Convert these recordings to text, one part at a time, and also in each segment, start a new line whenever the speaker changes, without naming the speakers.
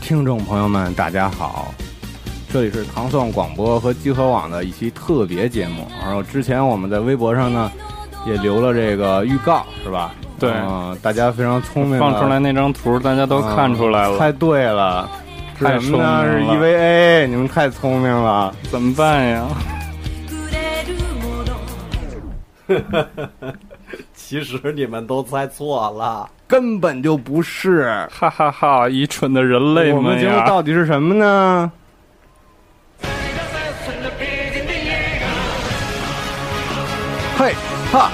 听众朋友们，大家好，这里是唐宋广播和集合网的一期特别节目。然后之前我们在微博上呢，也留了这个预告，是吧？
对
嗯、大家非常聪明，
放出来那张图，大家都看出来
嗯
了，
猜对了，是
太
什么呢？
聪
是
明了
EVA，你们太聪明了。
怎么办呀？
其实你们都猜错了，
根本就不是，
哈哈哈！愚蠢的人类
我们节目
呀！
到底是什么呢？嘿哈！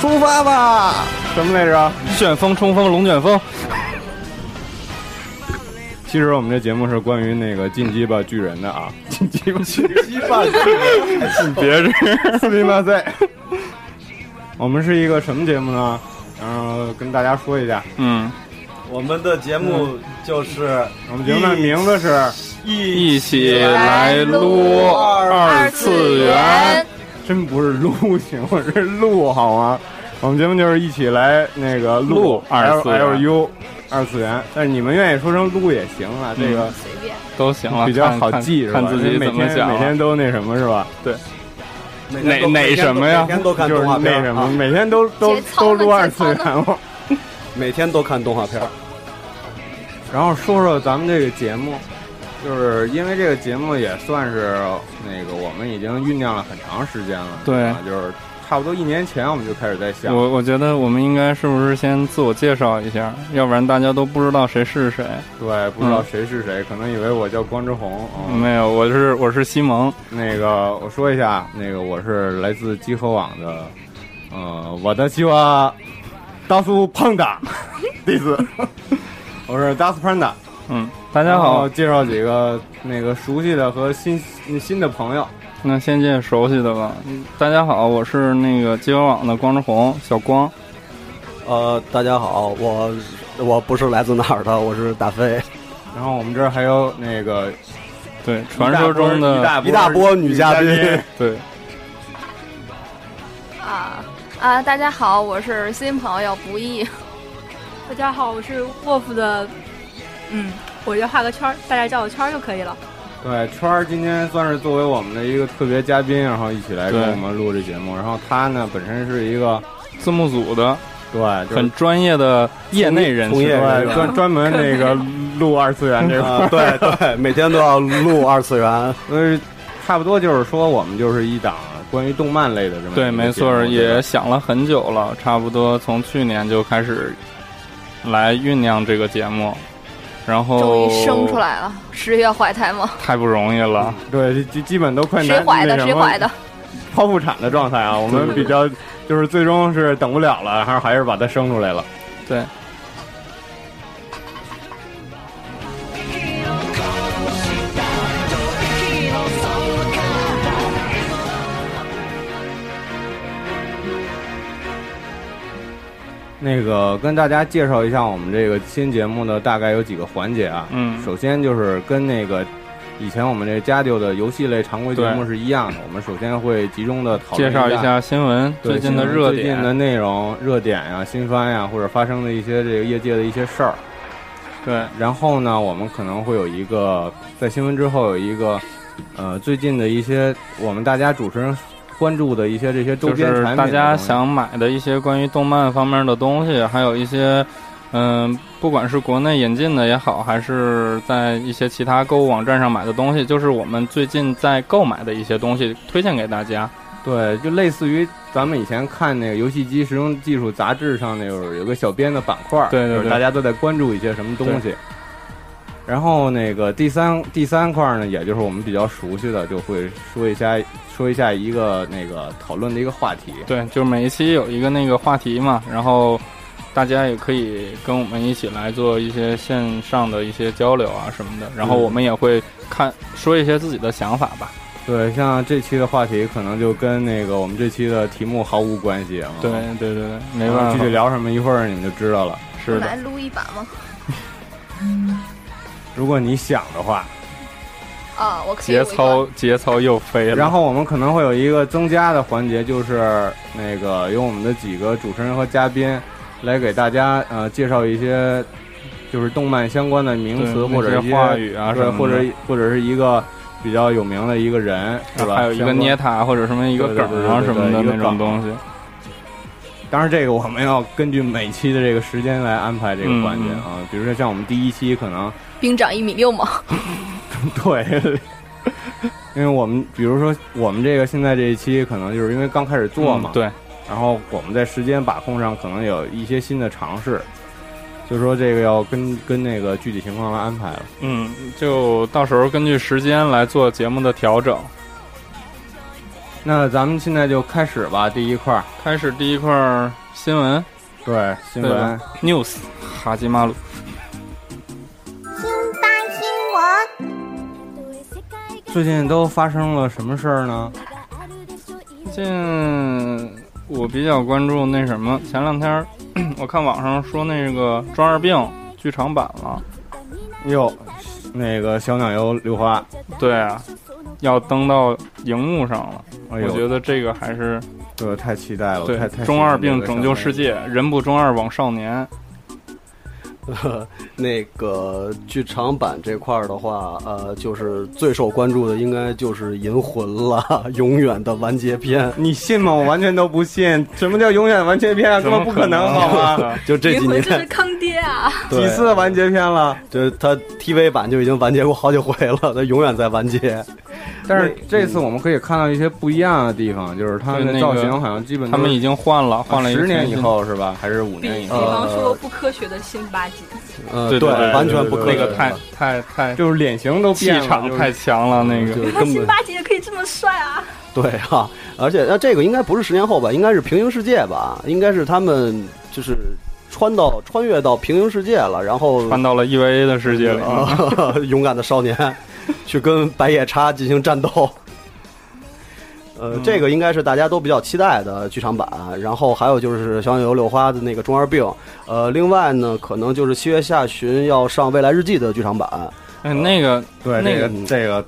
出发吧！什么来着？
旋风冲锋，龙卷风，
其实我们这节目是关于那个进击吧巨人的啊，进击 吧巨人。
鸡巴
别这样。
斯密马赛。我们是一个什么节目呢？然后跟大家说一下，
嗯，
我们的节目就是
嗯我们节目的名字是
一起来撸二次元。，
真不是撸行，我是录好吗？我们节目就是一起来那个录
录二次元
L U 二次元，但是你们愿意说成撸也行啊，这个
随便，
都行了，
比较
嗯看
好记是吧？
看看自
因为每
己怎么
天
想啊
每
了。
天都那什么是吧？对，
每天
哪
都每天
哪
都
什么呀
每天都看
就是
动画片
那
儿
什么，
啊
每天都都
节操
都
呢
撸二
节
次
操呢
元了。
每天都看动画片儿。
然后说说咱们这个节目，就是因为这个节目也算是那个我们已经酝酿了很长时间了，
对
啊就是差不多一年前我们就开始在想，
我我觉得我们应该是不是先自我介绍一下，要不然大家都不知道谁是谁。
对，不知道谁是
嗯
谁，可能以为我叫光之红啊。
没有，我是我是西蒙，
那个我说一下，那个我是来自集合网的，呃，我的希望大叔胖达 弟子，我是大叔胖达。
嗯，大
大
家好。
介绍几个那个熟悉的和新新的朋友。
那先介绍熟悉的吧。嗯大家好，我是那个街友网的光之红小光。
呃，大家好，我我不是来自哪儿的，我是大飞，
然后我们这儿还有那个
对，传说中
一
的
大波
一大波女嘉宾
宾，
对，
啊啊！大家好，我是新朋友不易，
大家好，我是 Wolf 的，嗯，我就画个圈儿，大家叫我圈儿就可以了。
对，圈儿今天算是作为我们的一个特别嘉宾，然后一起来跟
对
我们录这节目。然后他呢，本身是一个
字幕组的
对，就是
很专业的业内人
从业
士
人。
对，专专门那个录二次元这块儿，
啊，对 对，每天都要录二次元，
呃，差不多就是说我们就是一档关于动漫类的这么
对，
一个
没错，
节目对
也
吧
想了很久了，差不多从去年就开始来酝酿这个节目，然后
终于生出，来了。十月怀胎吗？
太不容易了。
对，基基本都
哎
快
谁
难
怀的？
那
谁
什么
怀的？
剖腹产的状态啊，我们比较就是最终是等不了了，还是还是把它生出来了。
对，
那个跟大家介绍一下我们这个新节目的大概有几个环节啊，
嗯
首先就是跟那个。以前我们这家就的游戏类常规节目
对
是一样的，我们首先会集中的讨论
介绍一下新闻
对
最近的
新闻
热
最近的
点，
内容、热点呀、新番呀、或者发生的一些这个业界的一些事儿。
对，
然后呢，我们可能会有一个在新闻之后有一个，呃，最近的一些我们大家主持人关注的一些这些周
就
边产
是
品的东西。
大家想买的一些关于动漫方面的东西，还有一些，嗯、不管是国内引进的也好，还是在一些其他购物网站上买的东西，就是我们最近在购买的一些东西，推荐给大家。
对，就类似于咱们以前看那个游戏机实用技术杂志上那有有个小编的板块儿，
对对
就是
对
大家都在关注一些什么东西。然后那个第三第三块儿呢，也就是我们比较熟悉的，就会说一下说一下一个那个讨论的一个话题。
对，就是每一期有一个那个话题嘛，然后大家也可以跟我们一起来做一些线上的一些交流啊什么的，然后
嗯
我们也会看说一些自己的想法吧。
对，像这期的话题可能就跟那个我们这期的题目毫无关系啊。
对对对对，
没
没办
办法，具
法
体，嗯聊什么一会儿你们就知道了。
是的
来。撸一把吗？
如果你想的话，
啊，我可以
节
撸一把。
操节操又飞了，
然后我们可能会有一个增加的环节，就是那个由我们的几个主持人和嘉宾，来给大家呃介绍一些就是动漫相关的名词
对
或者
那
一
些话语啊什
对，
么的，
或者或者是一个比较有名的一个人是吧？
还有一个
相关
捏塔或者什么一个
对
梗
对对
啊
对对
什么的
一个
那种
梗
东西。
当然，这个我们要根据每期的这个时间来安排这个环节
嗯
啊。比如说，像我们第一期可能
兵长一米六嘛，
对，因为我们比如说我们这个现在这一期可能就是因为刚开始做嘛，
嗯，对，
然后我们在时间把控上可能有一些新的尝试，就是说这个要跟跟那个具体情况来安排了。
嗯，就到时候根据时间来做节目的调整。
那咱们现在就开始吧，第一块儿
开始第一块儿新闻
对新
对
闻
吧，news，哈基马鲁。
最近都发生了什么事儿呢？
最近我比较关注那什么，前两天儿 我看网上说那个《抓二病》剧场版了，
哟，那个小鸟游六花，
对啊，要登到荧幕上了。
哎
我
呦，
觉得这个还是
这个太期待了，
对
太太
中二病
喜欢这个
拯救世界，人不中二枉少年。
那个剧场版这块儿的话，呃，就是最受关注的应该就是《银魂》了，《永远的完结篇》。
你信吗？我完全都不信。什么叫永远完结篇 啊？根本不可能，好吗？？
就这
灵
几
魂
年，
真是坑爹啊！
几
对
次完结篇了？
就是它 TV 版就已经完结过好几回了，它永远在完结。
但是这次我们可以看到一些不一样的地方，就是他们的
对那
造
个
型好像基本
他们已经换了，换了一个
十年
全
以
新
后是吧？还是五
比
年以
比
后？
方说
呃
不科学的辛巴结，
呃，
对对对
完全不可
那
对
个
对
太太太
就是脸型都
气
变了
场太强了，那个
就是
他
根
辛
本
巴结可以这么帅啊！
对啊，而且那这个应该不是十年后吧，应该是平行世界吧，应该是他们就是穿到穿越到平行世界了，然后
穿到了 EVA 的世界里。
啊， 勇敢的少年去跟白夜叉进行战斗。呃，
嗯
这个应该是大家都比较期待的剧场版，然后还有就是小野游六花的那个中二病，呃，另外呢，可能就是七月下旬要上《未来日记》的剧场版，
哎，
嗯
那个《
对
那
这
个
个这个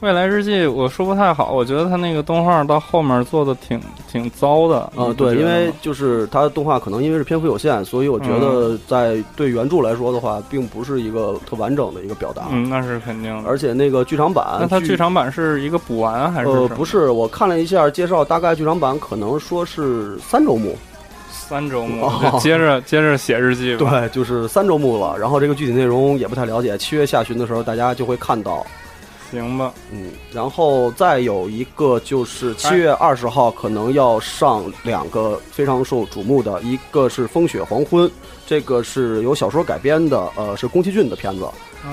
未来日记》我说不太好，我觉得他那个动画到后面做的挺挺糟的。
呃，
你不
对，
觉
因
得
为
吗
就是它动画可能因为是篇幅有限，所以我觉
嗯
得在对原著来说的话，并不是一个特完整的一个表达。
嗯，那是肯定的。
而且那个剧场版，
那它
据
剧场版是一个补完还是
呃不
是
是，我看了一下介绍，大概剧场版可能说是三周目，
三周目？
哦
就接着接着写日记吧。
对，就是三周目了。然后这个具体内容也不太了解，七月下旬的时候大家就会看到。
行吧，
嗯，然后再有一个就是
哎
七月二十号可能要上两个非常受瞩目的，一个是《风雪黄昏》，这个是由小说改编的，呃，是宫崎骏的片子。
哦，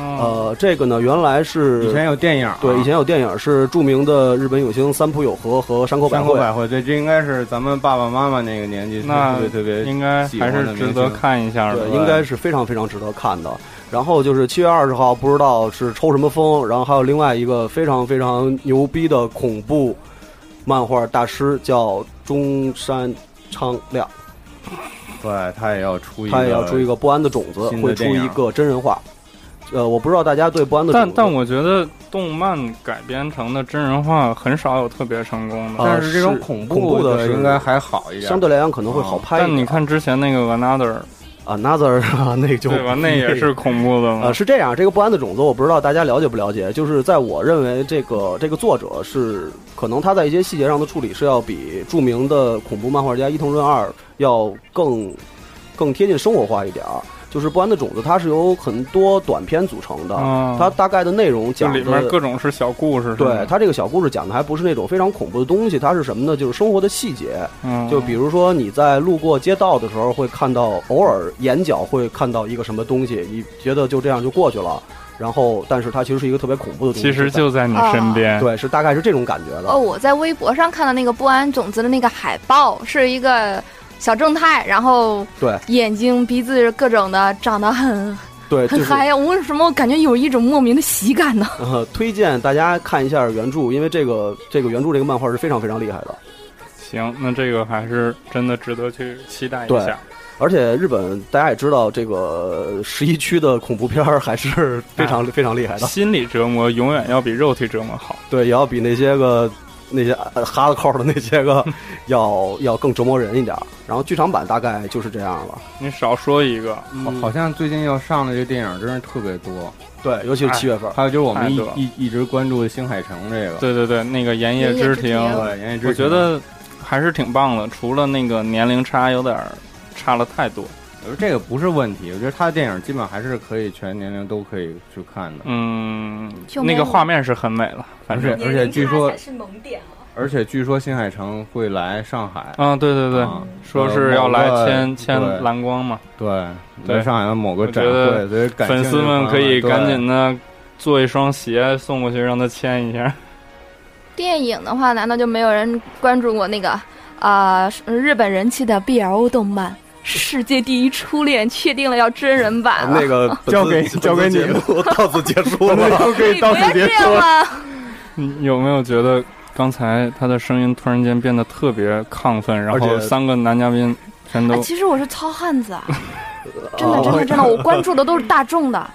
呃，这个呢原来是
以前有电影啊，
对以前有电影是著名的日本影星三浦友和和山口百
山口
惠。
百惠，对，这应该是咱们爸爸妈妈那个年纪，
那
特别特别
应该还是值得看一下的
对，。应该是非常非常值得看的。然后就是七月二十号，不知道是抽什么风，然后还有另外一个非常非常牛逼的恐怖漫画大师叫中山昌亮，
对，他也要出一个，
他也要出一个《不安的种
新》，
子
的
会出
电影
一个真人化。呃，我不知道大家对《不安的种
但
子》
但我觉得动漫改编成的真人化很少有特别成功的。
啊
但呃是这种
是
恐
恐怖的
的
是
应该还好一点，
相对来讲可能会好拍一
但
点。
你看之前那个 Another，
Another 啊，那就
对吧？那也是恐怖的嘛
呃，。是这样，这个不安的种子，我不知道大家了解不了解。就是在我认为，这个这个作者是可能他在一些细节上的处理是要比著名的恐怖漫画家伊藤润二要更更贴近生活化一点儿。就是不安的种子，它是由很多短片组成的，
啊
它大概的内容
就
讲的
里面各种是小故事，是
对
吗，
它这个小故事讲的还不是那种非常恐怖的东西，它是什么呢？就是生活的细节。
嗯，
就比如说你在路过街道的时候，会看到偶尔眼角会看到一个什么东西，你觉得就这样就过去了，然后但是它其实是一个特别恐怖的东西，
其实就在你身边。
对，是大概是这种感觉的。
哦，我在微博上看到那个不安种子的那个海报，是一个小正太，然后
对
眼睛、鼻子各种的，长得很
对，就
很
是
嗨呀！我为什么我感觉有一种莫名的喜感呢？
呃，推荐大家看一下原著，因为这个这个原著这个漫画是非常非常厉害的，
行，那这个还是真的值得去期待一下。
而且日本大家也知道，这个十一区的恐怖片儿还是
啊
非常、非常厉害的，
心理折磨永远要比肉体折磨好。
对，也要比那些个那些呃哈拉扣的那些个 要要更折磨人一点儿。然后剧场版大概就是这样了。
你少说一个，
好好像最近要上的这个电影真是特别多，
对，尤其是
哎
七月份儿，
还有就是我们一
太多了
一一直关注的《星海城》这个，
对对对，那个《炎夜
炎夜
之
之
庭
庭》，
对，言叶之
我觉得还是挺棒的，除了那个年龄差有点儿差了太多。
我说这个不是问题，我觉得他的电影基本还是可以全年龄都可以去看的，
嗯，
就没
那
有
个画面是很美了，反
而
正
且而且据说，
是萌点啊，
而且据说新海诚会来上海，
啊，对对对，
啊
说是要来
对
签签蓝光嘛，
对，
对
在上海的某个展
我觉
会，
得
所以感兴
粉
趣的
丝们
朋友
可以
对
赶紧的做一双鞋送过去让他签一下。
电影的话，难道就没有人关注过那个啊、日本人气的 BL 动漫《世界第一初恋》确定了要真人
啊
版了？
那个
哎
本次
交给
本次
交给你
节目 到此结束了。
可 以到此
你
结
别这
束
样
了。
啊！
你有没有觉得刚才他的声音突然间变得特别亢奋，然
而且
后三个男嘉宾全
哎
都
其实我是糙汉子啊，真
哦
啊
的真的真的，我关注的都是大众 的，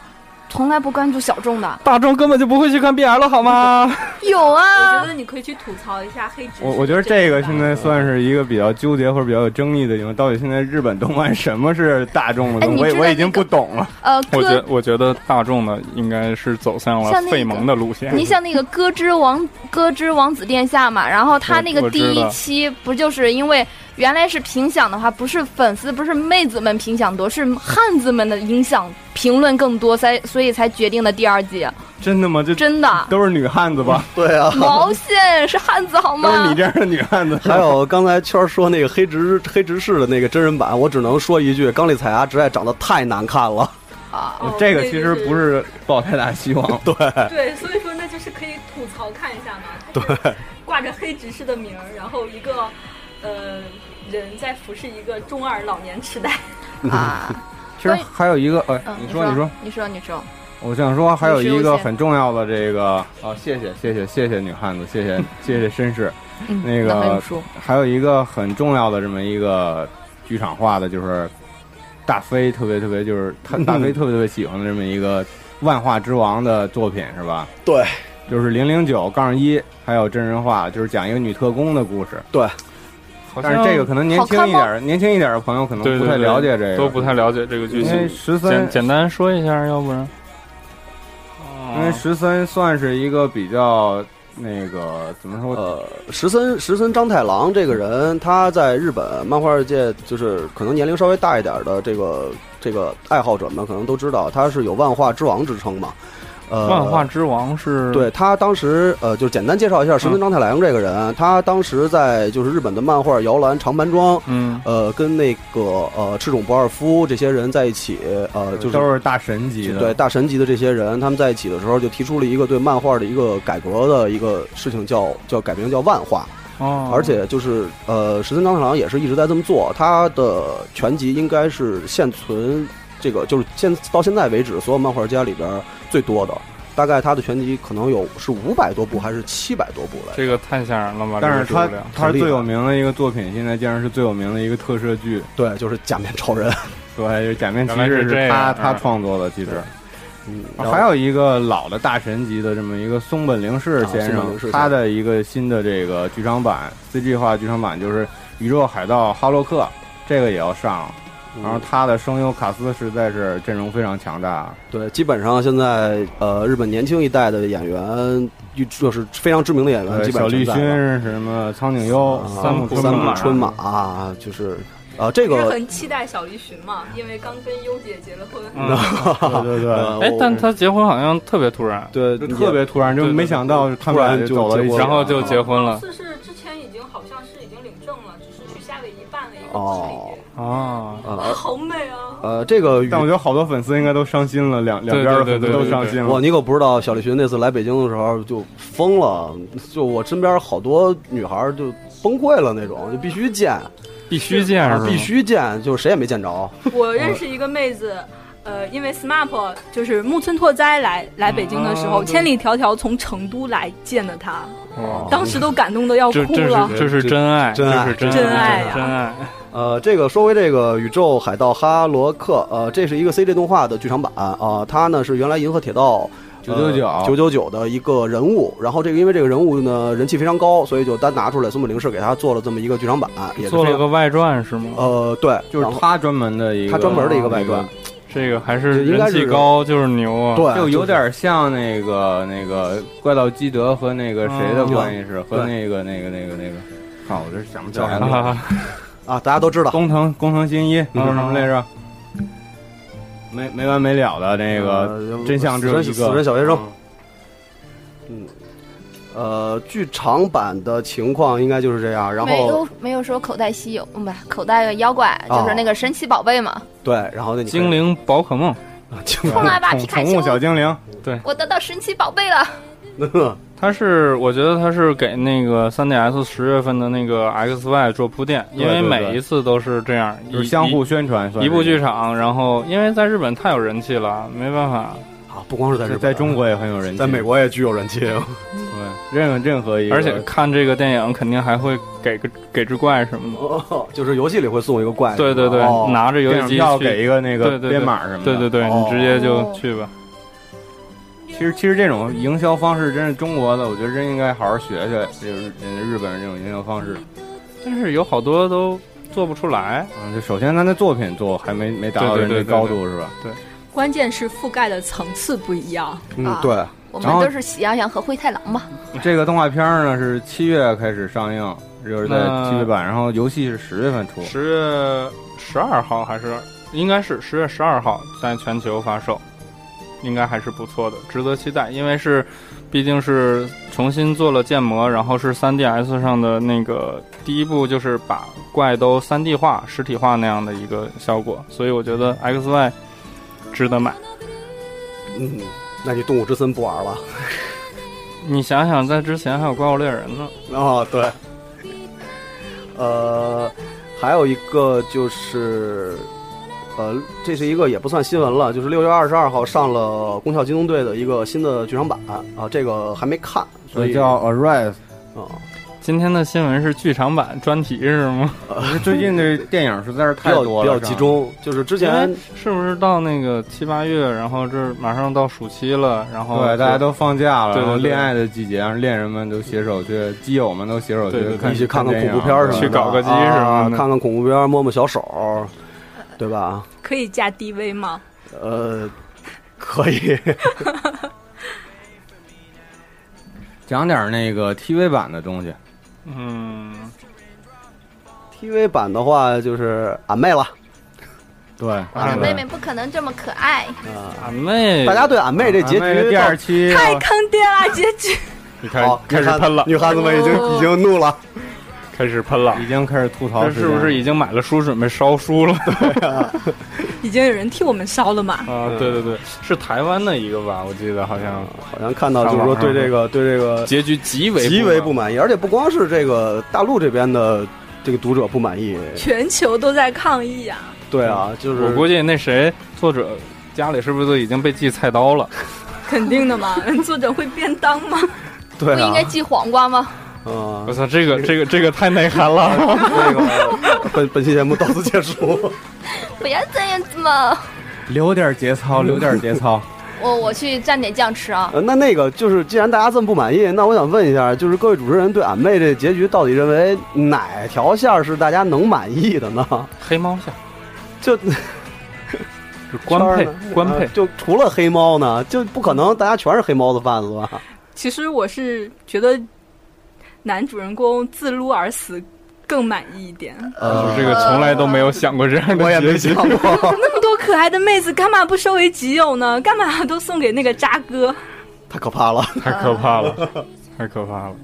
从来不关注小众的。
大众根本就不会去看 BL 了好吗？
有
我
啊
觉，得你可以去吐槽一下黑执事
我我觉得这个
版
现在算是一个比较纠结或者比较有争议的地方，到底现在日本动漫什么是大众的
哎
东
你
西？我也
知道
我已经
那
不
个
懂了。
呃，
我觉
歌，
我觉得大众的应该是走向了
像那个
费蒙的路线。
你像那个歌之王，歌之王子殿下嘛，然后他那
我
个
我
第
知道
一期不就是因为原来是评奖的话，不是粉丝，不是妹子们评奖多，是汉子们的影响评论更多，才所以才决定的第二季，
真的吗？这。
真的
都是女汉子 吧？
对啊，
毛线是汉子好
都是
吗
你？这样的女汉子。
还有刚才圈儿说那个黑执黑执事的那个真人版，我只能说一句，冈利彩芽直爱长得太难 看了。
啊，
哦
这个其实不
对
是抱太大希望。对，
对，所以说那就是可以吐槽看一下嘛。对，挂着黑执事的名儿，然后一个呃人在服侍一个中二老年痴呆。
啊，
其实还有一个，呃
嗯，，
你
你
说你说，，
你说，你说，
我想说还有一
女士
个
优先
很重要的这个啊，谢谢谢谢谢谢女汉子，谢谢谢谢绅士。
嗯，
那个
那很有数
还有一个很重要的这么一个剧场化的，就是大飞特别特别就是他
嗯
大飞特别特别喜欢的这么一个万画之王的作品是吧？
对，
就是零零九杠一，还有真人化，就是讲一个女特工的故事。
好
但
像
是这个可能年轻一点儿，年轻一点儿的朋友可能
对
不
对
太
对
了解这个，
都不太了解这个剧
因为
情，
十三
简简单说一下，要不然。
因
啊
为十三算是一个比较那个怎么说，
呃，石森石森章太郎这个人，他在日本漫画界就是可能年龄稍微大一点的这个这个爱好者们可能都知道，他是有万画之王之称嘛。呃，
万化之王
嗯
是
对他当时呃，就是简单介绍一下石森章太郎这个人，他当时在就是日本的漫画摇篮长盘庄。
嗯，
呃，跟那个呃赤冢不二夫这些人在一起，呃，就是
都是大神级的，
对大神级的这些人，他们在一起的时候就提出了一个对漫画的一个改革的一个事情叫，叫改名叫万画。
哦，
而且就是呃，十森章太郎也是一直在这么做，他的全集应该是现存这个就是现到现在为止所有漫画家里边最多的，大概他的全集可能有是五百多部还是七百多部来。
这个太吓人了吧？
但是
这个
他
受不
呃
了
他是最有名的一个作品，现在竟然是最有名的一个特摄剧，
对，就是假面超人。
对，就是假面骑
原来
士
是这样
他
啊
他创作的，其实啊
嗯，
还有一个老的大神级的这么一个松本零士先
啊松本
生
零士先生，
他的一个新的这个剧场版 CG 化剧场版就是《宇宙海盗哈洛克》，这个也要上，
嗯
然
啊
后他的声优卡斯实在是阵容非常强大，
对，基本上现在呃，日本年轻一代的演员，就是非常知名的演员，
呃
基本
小
上
栗
全
旬
在了
什么苍井优、
啊
三浦
浦
三浦
春
春
马
马啊，就是啊，这
不是
个
很期待小栗旬嘛，因为刚跟优姐结了婚。
嗯
对对对。
呃
哎，
我
但他结婚好像特别突然，
对
就特别突然，就
对对
没想到他们俩就走到一
突
起，
然后就结婚了
是是之前已经好像是已经领证了，只是去夏威夷办了一个
哦
婚
哦，
呃
礼，好美啊！
呃，这个宇
但我觉得好多粉丝应该都伤心了，两两
对
边的
对
粉
对
丝都
对
伤
对
心
我
了。
你可不知道，小栗旬那次来北京的时候就疯了，就我身边好多女孩儿就崩溃了那种，就必须见，
必须见是吗
啊必须见，就谁也没见着。
我认识一个妹子。呃，因为 SMAP 就是木村拓哉来来北京的时候，
啊对
千里迢迢从成都来见的他，
哇
当时都感动的要
这
哭
这
了。
是这是真爱，
啊真爱
这是真
真爱啊呀
真爱。
呃，这个说回这个宇宙海盗哈罗克，呃，这是一个 CG 动画的剧场版啊、它呢是原来银河铁道。
九九九
九九九的一个人物，然后这个因为这个人物呢人气非常高，所以就单拿出来松本零士给他做了这么一个剧场版，也是
做
非
了
常
个外传是吗？
呃对，
就是
然后
他专门的一个，
他专门的一个外传，
这个还是
这应该
人气
是
高就是牛啊！
对，
就有
是
点像那个那个怪盗基德和那个谁的关系是和
对
那个那个那个那个，看我这想不起
啊
来了，
啊，大家都知道，
工藤工藤新
嗯
一那叫什么来着？没没完没了的那个
呃
真相只有一个
死人死人小学生，嗯，呃，剧场版的情况应该就是这样，然
没
后
有没有说口袋西游，嗯，不，口袋妖怪
哦
就是那个神奇宝贝嘛。
对，然后那你可以
精灵宝可梦，
啊精
后来吧，皮
宠
卡
宠
丘
物，小精灵，
我得到神奇宝贝了。
灵，
它是我觉得它是给那个 3DS 十月份的那个 XY 做铺垫，因为
对对
每一次都是这样，
就是
一
相互宣传，算
一
是
一部剧场，然后因为在日本太有人气了，没办法，
啊，不光是在日
在
本，
在中，国也很有人气，
在美国也具有人气，
对任何任何一个，
而且看这个电影肯定还会给个给只怪什么的。
哦，就是游戏里会送一个怪，
对对对，
哦
啊
拿着游
电影
戏机
票
去
给一个那个
对对对
编码什么的，
对对对，
哦
你直接就去吧。
其实其实这种营销方式真是中国的，我觉得真应该好好学学，就是呃日本人这种营销方式。
但是有好多都做不出来。
嗯，就首先咱的作品做还没没达到
对
人
对
家
对对
高度是吧？
关键是覆盖的层次不一样。
嗯
啊，
对，
我
然
们
后
都是喜羊羊和灰太狼嘛。
这个动画片儿呢是七月开始上映，就是在
那
七月版，然后游戏是十月份出。
十月十二号还是应该是十月十二号在全球发售，应该还是不错的，值得期待。因为是，毕竟是重新做了建模，然后是 3DS 上的那个第一步，就是把怪都 3D 化、实体化那样的一个效果，所以我觉得
嗯
XY 值得买。
嗯，那你动物之森不玩了
你想想，在之前还有怪物猎人呢，
哦，对，呃，还有一个就是。呃，这是一个也不算新闻了，就是六月二十二号上了《宫壳机动队》的一个新的剧场版啊，这个还没看，所
所以
以
叫 Arise。
啊，
今天的新闻是剧场版专题是吗？
最近的电影实在是
比
太
较
多
比
了，
较集中，就是之前
是不是到那个七八月，然后这马上到暑期了，然
是吧。
后
对，
就
大家都放假了，
哦对对对
然后恋爱的季节，让恋人们都携手去，基友们都携手
对对
去
对
看
一起看看
电影
恐怖片儿什么的，
去搞个鸡
啊
什么的
看看恐怖片儿，摸摸小手，对吧？
可以加 DV 吗？
呃，可以，
讲点那个 TV 版的东西。
嗯
TV 版的话就是俺妹了
对，
我的妹妹不可能这么可爱。
啊、
俺妹，
大家对俺妹这结
俺妹的
局
第二期
太坑爹了，结局。
你开
到好
开始
女汉
喷了，
女汉子们已经、
哦
已经怒了。
开始喷了
已，经开始吐槽
这
时间
是
了，
不是已经买了书准备烧书 了？
已经有人替我们烧了嘛？
啊，对对对，是台湾的一个吧，我记得好像
好像看到就是说对这个对这个
结局极为
极为不
满
满意，而且不光是这个大陆这边的这个读者不满意，
全球都在抗议啊！
对啊，就是
我估计那谁作者家里是不是都已经被寄菜刀 了？
肯定的嘛， 作者会便当吗？
对
不应
啊
该，寄黄瓜吗？
嗯
我，操，这个这个这个太内涵了。
那 个本本期节目到此结束。
不要这样子嘛！
留点节操，留点节操。
我我去蘸点酱吃啊！
呃，那那个就是，既然大家这么不满意，那我想问一下，就是各位主持人对俺妹这结局到底认为哪条线儿是大家能满意的呢？
黑猫下
就
是官
圈儿
配
呢
官配
呃，就除了黑猫呢，就不可能大家全是黑猫的贩子吧？
其实我是觉得男主人公自撸而死更满意一点。
就
呃
是这个从来都没有想过这样的结局，
我也没 想过，
那么多可爱的妹子，干嘛不收为己有呢？干嘛都送给那个渣哥？
太 可怕了。
太可怕了，太可怕了。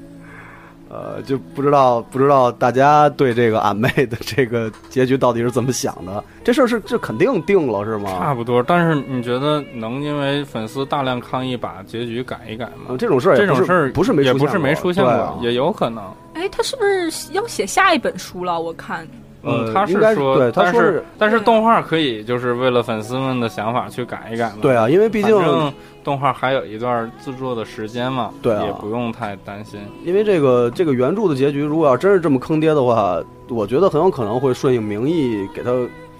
呃，就不知道不知道大家对这个俺妹的这个结局到底是怎么想的？这事儿是这肯定定了是吗？
差不多，但是你觉得能因为粉丝大量抗议把结局改一改吗
嗯，？这种事儿也
这种
不是
事儿
不是没
也
出
不
现
是没出现
过，
过，
对啊
也有可能。
哎，他是不是要写下一本书了？我看
呃
嗯，他
应该是
说，
对他
但
说
是
是
但是动画可以就是为了粉丝们的想法去改一改嘛。
对，啊，因为毕
毕
竟
竟动画还有一段制作的时间嘛，
对啊
也不用太担心。
因为这个这个原著的结局，如果要真是这么坑爹的话，我觉得很有可能会顺应民意给他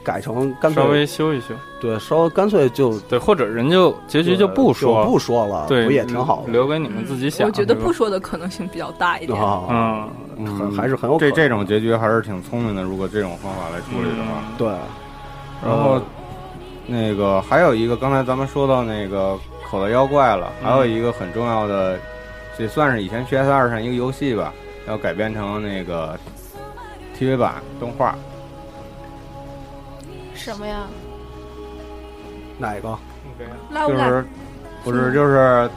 改成干脆
稍微修一修，
对，稍微干脆就
对，或者人就结局就不说，
就不说了，
对，
不也挺好的
留给你们自己想。
我觉
这
得
个
不，说的可能性比较大一点。
啊？
嗯，
很还是很有可
这这
能
种结局还是挺聪明的，如果这种方法来处理的话。
对，
然后那个还有一个，刚才咱们说到那个口袋妖怪了，还有一个很重要的，这算是以前 PS 二上一个游戏吧，要改编成那个 TV 版动画，
什么呀？
哪一个？
拉乌
就
拉
是不是就是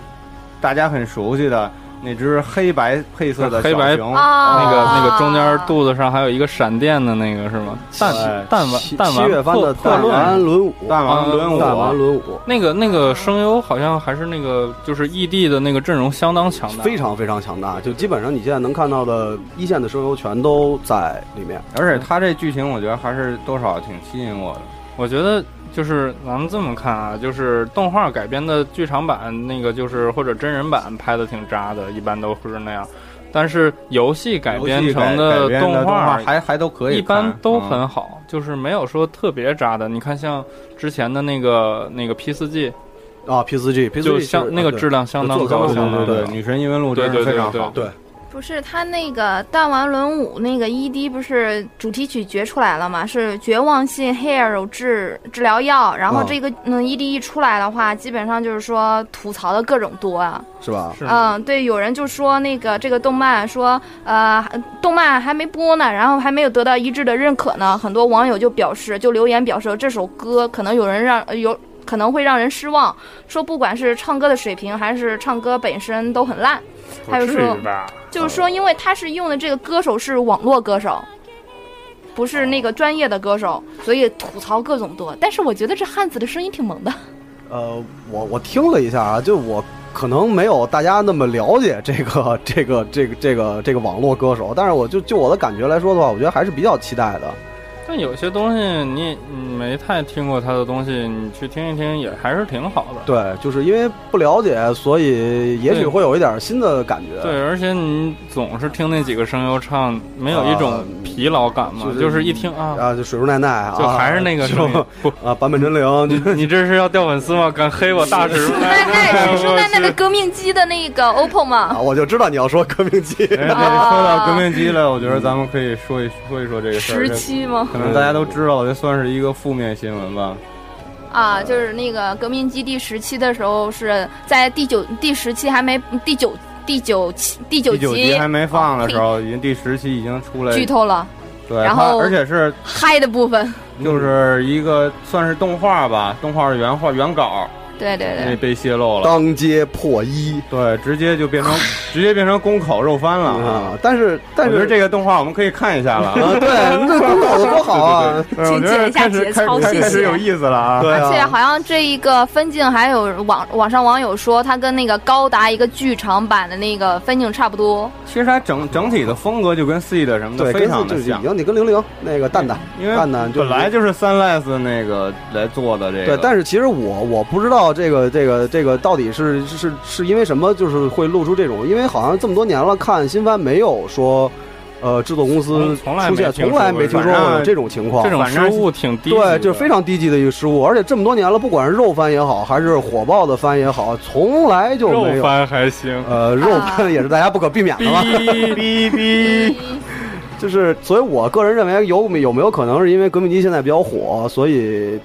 大家很熟悉的那只黑白配色的
黑白
小熊，
啊，
那个那个中间肚子上还有一个闪电的那个是吗？弹
哎
弹丸
七
弹
七月
丸
番
破
的
破
弹
论。
丸轮舞，
弹丸轮舞，
嗯弹丸轮舞
那个那个声优好像还是那个就是 ED 的那个阵容相当强大，
非常非常强大，就基本上你现在能看到的一线的声优全都在里面。
而且它这剧情我觉得还是多少挺吸引我的。
我觉得就是咱们这么看啊，就是动画改编的剧场版那个就是或者真人版拍的挺渣的，一般都是那样。但是游戏改编成
游戏改改编的
动
动画还还都可以看，
一般都
嗯
很好，就是没有说特别渣的。你看像之前的那个那个 P 四 G，
啊，P 四 G，P 四
就
G 啊
相那个质量相当
做得
高，
相
相
当
当
好
对
高
对对，女神异闻录真是非常好。
对
对
不是他那个弹丸论武那个 ED 不是主题曲决出来了吗？是绝望性 hair 治治疗药，然后
嗯
这个嗯 ED 一出来的话，基本上就是说吐槽的各种多啊。
是吧？
是吗
嗯，对，有人就说那个这个动漫说呃动漫还没播呢，然后还没有得到一致的认可呢，很多网友就表示就留言表示这首歌可能有人让呃有可能会让人失望，说不管是唱歌的水平还是唱歌本身都很烂。还有
哦
不至
说
于吧？
就是说，因为他是用的这个歌手是网络歌手，不是那个专业的歌手，所以吐槽各种多。但是我觉得这汉子的声音挺 萌的，
呃，我我听了一下啊，就我可能没有大家那么了解这个这个这个这个这个网络歌手，但是我就就我的感觉来说的话，我觉得还是比较期待的。
但有些东西你你没太听过他的东西，你去听一听也还是挺好的。
对，就是因为不了解，所以也许
对
会有一点新的感觉。
对，而且你总是听那几个声优唱，没有一种
啊
疲劳感嘛？
就是
就是一听啊，
啊，就水树奈奈啊，
就还是那个声音
就。
不，
啊，坂本真绫，就
你这是要掉粉丝吗？敢黑我大 直吗？
奈奈 是说奈奈的革命机的那个 OPPO
啊，
嘛，
我就知道你要说革命机。
哎，对说到革命机了，我觉得咱们可以说一说一说这个事儿
时。
这
期吗？
可能大家都知道，这算是一个负面新闻吧。
啊，就是那个革命机第十期的时候是在第九第十期还没第九第九期第九
第九集
集哦
还没放的时候，已经第十期已经出来，
剧透了
对，
然后
它而且是
嗨的部分，
就是一个算是动画吧，动画的原画原稿
对对
被
对，
被泄露了，
当街破衣
对，直接就变成
啊
直接变成公口肉番
嗯
了啊！
啊！但是但
我觉得
是
这个动画我们可以看一下 了啊。
啊，对，那多 好多好啊！
对我
请
觉得
剪一下
开始
节
开
操
始开
谢
开始
谢
有意思了啊！
对
而且
啊，
好像这一个分镜还有网网上网友说，它跟那个高达一个剧场版的那个分镜差不多。
其实它整整体的风格就跟 C 的什么的
对，
非
跟
常的
就是
像
已，经你跟零零那个蛋蛋，
因为
蛋蛋就
本来就是三 less 那个来做的这个。
对，但是其实我我不知道这个这个这个到底是是是是因为什么，就是会露出这种，因为好像这么多年了，看新番没有说，呃，制作公司
从从来没
出现，
听说
从来
过
没
这
听
种
说过
反
有
正
这种情况，
这种
反
失
正
误挺低级的，
对，就是非常低级的一个失误，而且这么多年了，不管是肉番也好，还是火爆的番也好，从来就
肉
没有。
番还 行。
呃，肉
啊
番也是大家不可避免的嘛，
哔哔哔，
就是，所以我个人认为有有没有可能是因为革命机现在比较火，所以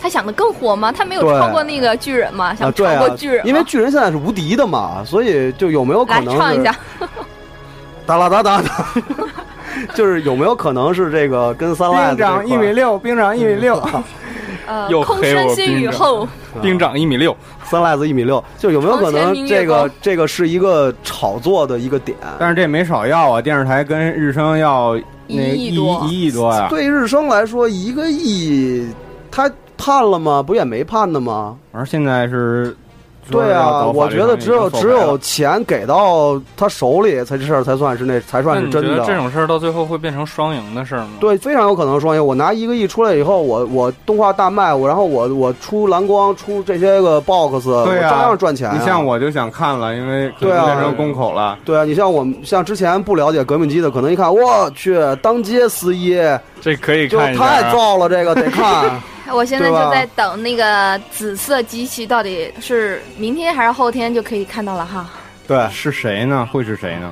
他想的更火吗？他没有
对
超过那个巨人吗？
啊，
想
对
超
啊
过巨人吗、，
因为巨人现在是无敌的嘛，所以就有没有可
来
能是
唱一下，
哒啦哒哒哒， 就是有没有可能是这个跟三赖
兵长一米六，兵长一米 六，
呃
又，
空
黑
山
我
新雨
兵长
后，
兵长一米六，
三赖子一米六，就有没有可
床前
能
明月
这个
光
这个是一个炒作的一个点？
但是这没少要啊！电视台跟日升要那
一
一
亿多
一亿多呀，
对日升来说，一个亿，他判了吗？不也没判的吗？
而现在是
对啊，我觉得只有只有
有
钱给到他手里，才这事儿才算是那才
那
算是
你
真
觉得这
的。
种事儿到最后会变成双赢的事儿吗？
对，非常有可能说，哎我拿一个亿出来以后，我我动画大卖，我然后我我出蓝光，出这些个 box，
对啊
我照样赚钱、
你像，我就想看了，因为可
对啊
能变成公口了。
对啊，你像我们像之前不了解革命机的，可能一看，我去，当街撕衣，
这可以
就
看一下、
太
啊。
燥了，这个 得看。
我现在
对吧
就在等那个紫色机器到底是明天还是后天就可以看到了哈。
对，
是谁呢？会是谁呢？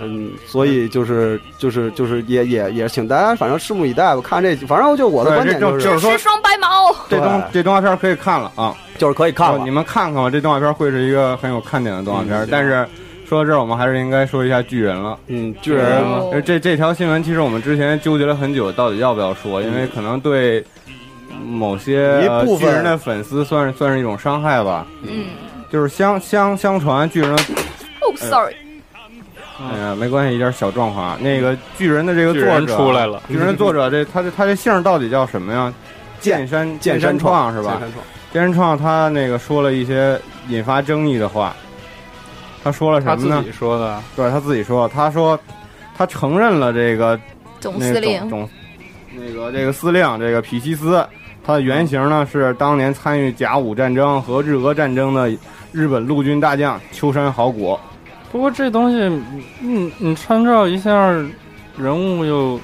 嗯，所以就是就是就是也也也，请大家反正拭目以待吧，看这，反正就我的
对
观点
这
就是
就是说
是双白毛，
这动
对
这动画片可以看了啊！
就是可以看
哦
了
你。们看看吧，这动画片会是一个很有看点的动画片。
嗯
但是说到这儿，我们还是应该说一下巨人了。
嗯，
巨人嘛，呃这这条新闻其实我们之前纠结了很久，到底要不要说，因为可能对某些
嗯一
呃
部分
巨人的粉丝算是算是一种伤害吧。
嗯
就是相相相传巨人的，
Oh,
哦，sorry，
哎呀，没关系，一点小状况啊。那个巨人的这个
巨
作者
人出来了，
巨人作者这他这他这姓儿到底叫什么呀？剑山
剑
山
山
创是吧？？ 剑山创他那个说了一些引发争议的话，他说了
他
什么
自
呢
己？说的。啊
对他自己说，他说他承认了这个
总
那
司
个
令
总，总那个这个司令这个皮西斯，他的原型呢是当年参与甲午战争和日俄战争的日本陆军大将秋山好果。
不过这东西，嗯，你参照一下人物又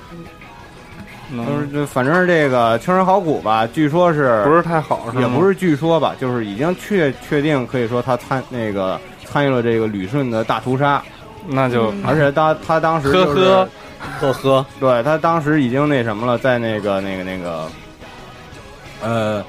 就是
能
这反正这个秋山好果吧，据说是
不是太好，是吗
也不是据说吧，就是已经确确定可以说他参那个参与了这个旅顺的大屠杀，
那就
嗯
而且他他当时、
呵
就是、
呵，
呵呵，
对他当时已经那什么了，在那个那个那个，呃，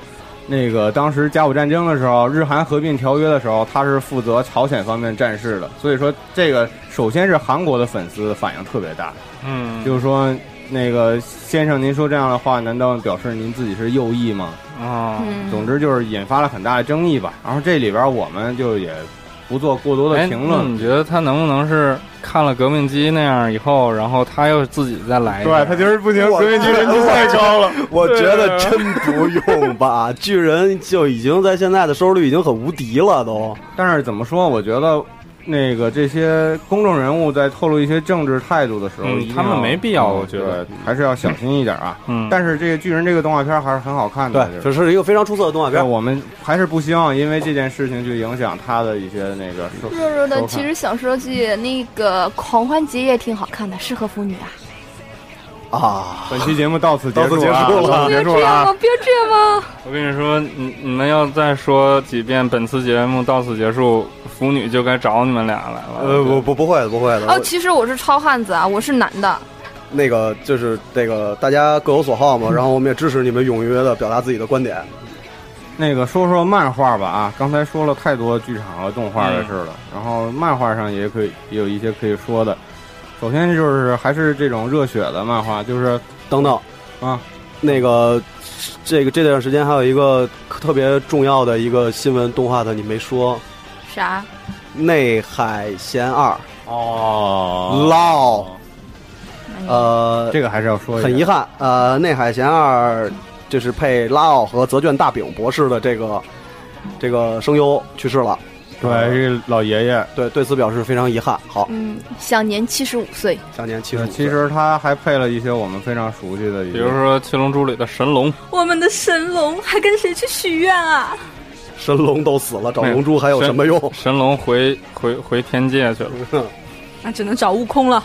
那个当时甲午战争的时候，日韩合并条约的时候，他是负责朝鲜方面战事的，所以说这个首先是韩国的粉丝反应特别大，
嗯，
就是说那个先生您说这样的话，难道表示您自己是右翼吗？
啊，
总
嗯，
之就是引发了很大的争议吧。然后这里边我们就也不做过多的
哎
评论
那，你觉得他能不能是看了革命机那样以后，然后他又自己再来一下？
就是不行
我革命军人气太
高了。
我觉
啊
得真不用吧， 巨人就已经在现在的收视率已经很无敌了，都。
但是怎么说？我觉得那个这些公众人物在透露一些政治态度的时候，
嗯
一定
他们
要
没必要
嗯
我觉得
对还是要小心一点啊。
嗯，
但是这个巨人这个动画片还是很好看的，就是
这是一个非常出色的动画
对
片。
我们还是不希望因为这件事情去影响他的一些那个收
弱弱的
收看
嗯其实想说句，那个狂欢节也挺好看的，适合腐女啊。
啊，
本期节目到此结束
到
啊
此结束了
到此结束了 啊。
哦吗？别这样吗？
我跟你说，你你们要再说几遍，本次节目到此结束，腐女就该找你们俩来了。
呃，不不不会的，不会的。
哦，其实我是糙汉子啊，我是男的。
那个就是那个大家各有所好
嗯
嘛，然后我们也支持你们踊跃的表达自己的观点。
那个说说漫画吧啊，刚才说了太多剧场和动画的事
嗯
了，然后漫画上也可以也有一些可以说的。首先就是还是这种热血的漫画，就是
等等，
啊，
那个这个这段时间还有一个特别重要的一个新闻动画的你没说，
啥？
《内海贤二
哦》
老呃，
这个还是要说一下，
很遗憾，呃，《内海贤二》就是配拉奥和泽卷大饼博士的这个这个声优去世了，
对这老爷爷，
对对此表示非常遗憾。好，
嗯，享年七十五岁。
享年七十
呃其实他还配了一些我们非常熟悉的一些，
比如说《七龙珠》里的神龙，
我们的神龙还跟谁去许愿啊？
神龙都死了，找龙珠还有什么用？
哦
神龙回回回天界去了。
那只能找悟空了。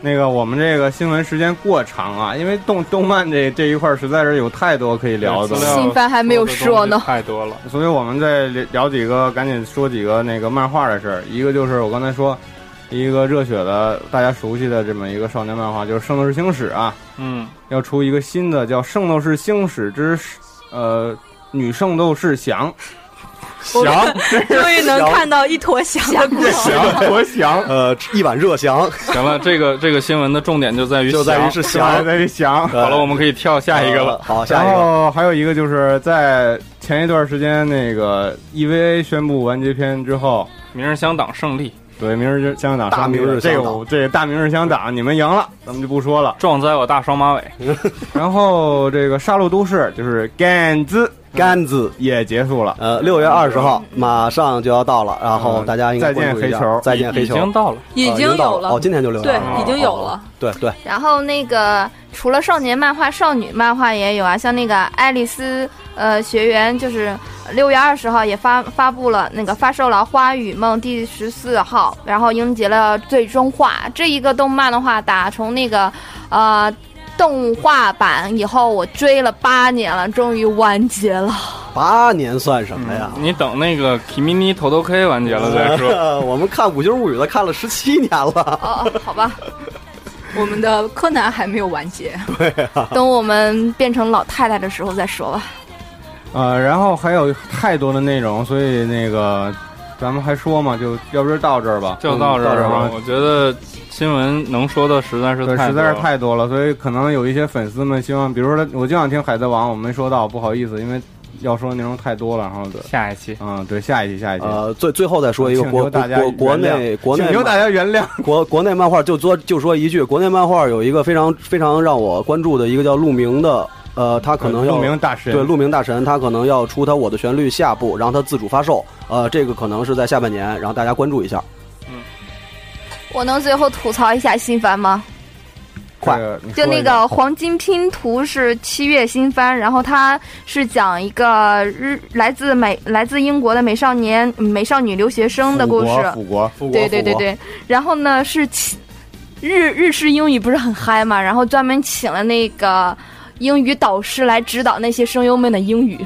那个我们这个新闻时间过长啊，因为动动漫这这一块儿实在是有太多可以聊的
资
了。
料
新番还没有说呢
太多了。
所以我们再聊几个，赶紧说几个那个漫画的事儿。一个就是我刚才说，一个热血的大家熟悉的这么一个少年漫画，就是《圣斗士星矢》啊，
嗯，
要出一个新的叫《圣斗士星矢之呃女圣斗士翔
翔
终于能看到一坨翔的骨头。
翔多翔，
呃，一碗热 翔
行了，这个这个新闻的重点就在于
就在于是
还
翔。
在这翔。
好了，我们可以跳下一个
呃
了。
好，下一
然
个。
后还有一个就是在前一段时间那个 EVA 宣布完结篇之后，
明日香党胜利，
对明日香党
大明日
这
香
个
党
我这个大明日香党你们赢了，咱们就不说 了。
壮哉我大双马尾。
然后这个《杀戮都市》就是 Gans
杆子。
也结束了。
呃，六月二十号马上就要到了，然后大家应该
嗯再见
关注一下
黑球
再见黑
已
球，
经到了，
已
呃
经
到
有了，
哦，今天就六月
对
二十号，
已经有了
哦，对对，
然后那个除了少年漫画，少女漫画也有啊，像那个爱丽丝呃学园，就是六月二十号也发发布了那个发售了《花与梦》第十四号，然后迎接了最终话。这一个动漫的话，打从那个呃动画版以后，我追了八年了，终于完结 了。
八年算什么呀？
啊
你等那个 Kimi 头头 K 完
嗯
结了再 说。
呃， 我们看《五星物语》的看了十七年了，
哦，好吧，
我们的柯南还没有完结，
等我们变成老太太的时候再说吧。
呃，然后还有太多的内容，所以那个咱们还说嘛，就要不就到这儿吧，
就到这儿
嗯
吧，我觉得新闻能说的实在是
对，
太
实
多
在
了
是太多了，所以可能有一些粉丝们希望，比如说我就想听《海贼王》，我没说到，不好意思，因为要说的内容太多了。然后对，
下一期
嗯，对，下一期，下一期，
呃，最最后再说一个
请
国
求
国
大家
国国
原谅
内国内
请求大家原谅。
国国内漫画就说就说一句，国内漫画有一个非常非常让我关注的一个叫陆明的，呃，他可 能要
著名大神，
对陆明大神，他可能要出他《我的旋律》下部，然后他自主发售，呃，这个可能是在下半年，然后大家关注一下。
我能最后吐槽一下新番吗？
快
这你
就
说
那
一下
个黄金拼图是七月新番，然后它是讲一个日来自美来自英国的美少年美少女留学生的故
辅国
事，
辅国，
复
对对对，对。然后呢是请日日式英语不是很嗨嘛，然后专门请了那个英语导师来指导那些声优们的英语。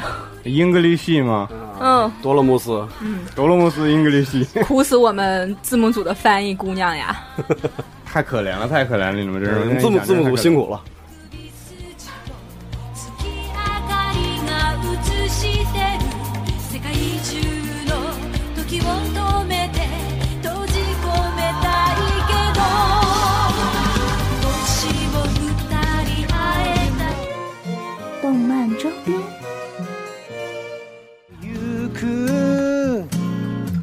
English 嘛，
嗯，
多洛姆斯，
德罗姆斯 English，
苦死我们字幕组的翻译姑娘呀！
太可怜了，太可怜了，你们
嗯
这是
嗯字幕字幕组辛
苦。
苦了。
月明かりが映してる世界中の時を止めて閉じ込めたいけどもしも二人会えたら
动漫周边。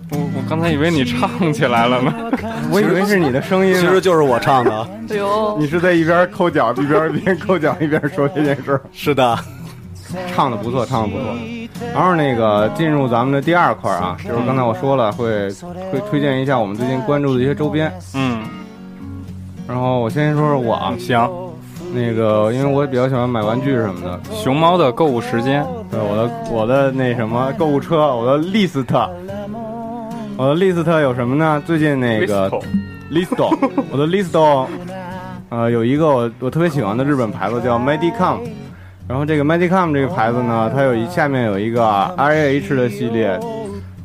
我我刚才以为你唱起来了呢，
我以为是你的声音
其
呢，
实就是我唱的，
哎呦，
你是在一边抠脚一边一边抠脚一边说这件事儿。
是的，
唱的不错，唱的不错。然后那个进入咱们的第二块儿啊，就是刚才我说了，会会推荐一下我们最近关注的一些周边。
嗯，
然后我先说说我啊，
行，
那个因为我比较喜欢买玩具什么的，
熊猫的购物时间，
对我的我的那什么购物车，我的 list，我的 list 有什么呢？最近那个 listo，我的 listo，呃，有一个我我特别喜欢的日本牌子叫 Medicom，然后这个 Medicom 这个牌子呢，它有一下面有一个 RAH 的系列，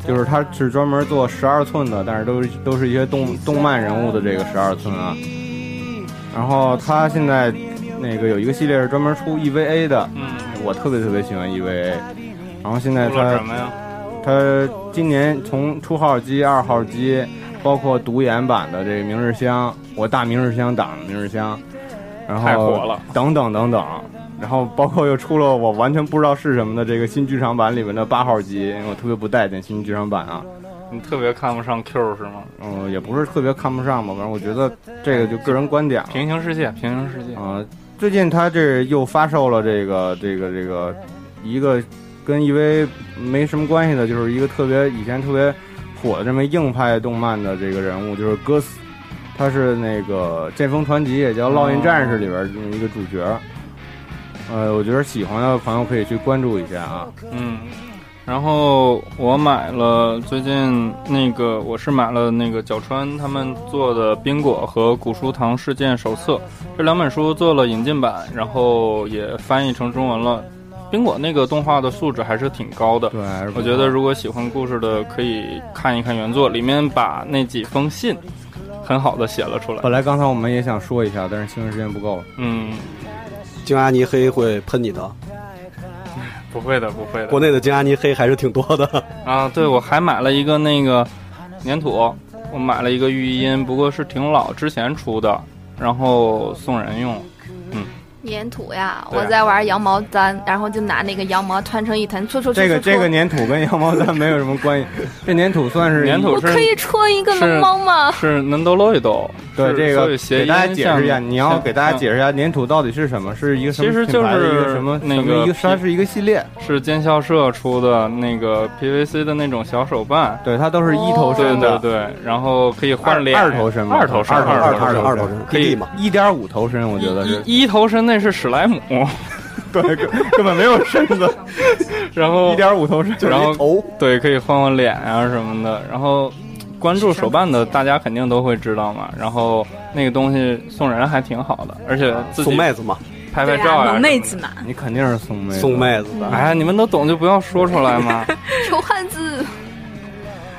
就是它是专门做十二寸的，但是都是都是一些动动漫人物的这个十二寸啊。然后它现在那个有一个系列是专门出 EVA 的，
嗯，
我特别特别喜欢 EVA，然后现在
出了
它
什么呀？
它今年从初号机、二号机，包括独眼版的这个明日香，我大明日香党明日香，然后
太火了，
等等等等，然后包括又出了我完全不知道是什么的这个新剧场版里面的八号机，因为我特别不待见新剧场版啊，
你特别看不上 Q 是吗？
嗯，也不是特别看不上吧，反正我觉得这个就个人观点了。
平行世界，平行世界，
啊，最近他这又发售了这个这个这个一个跟 EVA 没什么关系的，就是一个特别以前特别火的这么硬派动漫的这个人物，就是哥斯，他是那个《剑锋传奇》也叫《烙印战士》里边儿这么一个主角。呃，我觉得喜欢的朋友可以去关注一下啊。
嗯。然后我买了最近那个，我是买了那个角川他们做的《冰果》和《古书堂事件手册》这两本书做了引进版，然后也翻译成中文了。冰果那个动画的素质还是挺高的，
对，还是不
我觉得
错
如果喜欢故事的，可以看一看原作，里面把那几封信嗯 很好的写了出来。
本来刚才我们也想说一下，但是新闻时间不够了。
嗯，
金阿尼黑会喷你的，
不会的，不会
国
的。
内的金阿尼黑还是挺多的。
啊，对，我还买了一个那个粘土，我买了一个育婴，不过是挺老之前出的，然后送人用。
粘土呀，
对啊
我在玩羊毛毡，然后就拿那个羊毛穿成一团，搓搓搓
这
搓
个
搓。
这个粘土跟羊毛毡没有什么关系，这粘土算是
粘土
我
是
可以戳一个
是
龙猫吗？
是能哆啰一哆，
对
是
这
所以
个
谐
给
音
大家解释一下，
像
你要给大家
像
解释一下粘土到底是什么，是一个什么
其实
品牌的
就是
一个什么
那
什
个哦
么一个它是一个系列，
是尖校社出的那个 PVC 的那种小手办，
对，它都是一头
对
身
对
的，
对，然后可以
二
换脸，
二头身吗？
二头身，
二头
二
头
身
身
二
二头身
可以
PD 嘛，
一点五头身，我觉得是，
一一头身那是史莱姆，
对，根根本没
哦
有身子，
然后
一点五头身，
然后
头
对可以换换脸啊什么的，然后关注手办的大家肯定都会知道嘛，然后那个东西送人还挺好的，而且自己
送妹子嘛，
拍
对
拍照啊
呀，
呀、
萌妹子。嘛，
你肯定是送妹，
送。妹子的。
哎呀，你们都懂就不要说出来 嘛。
手汉字，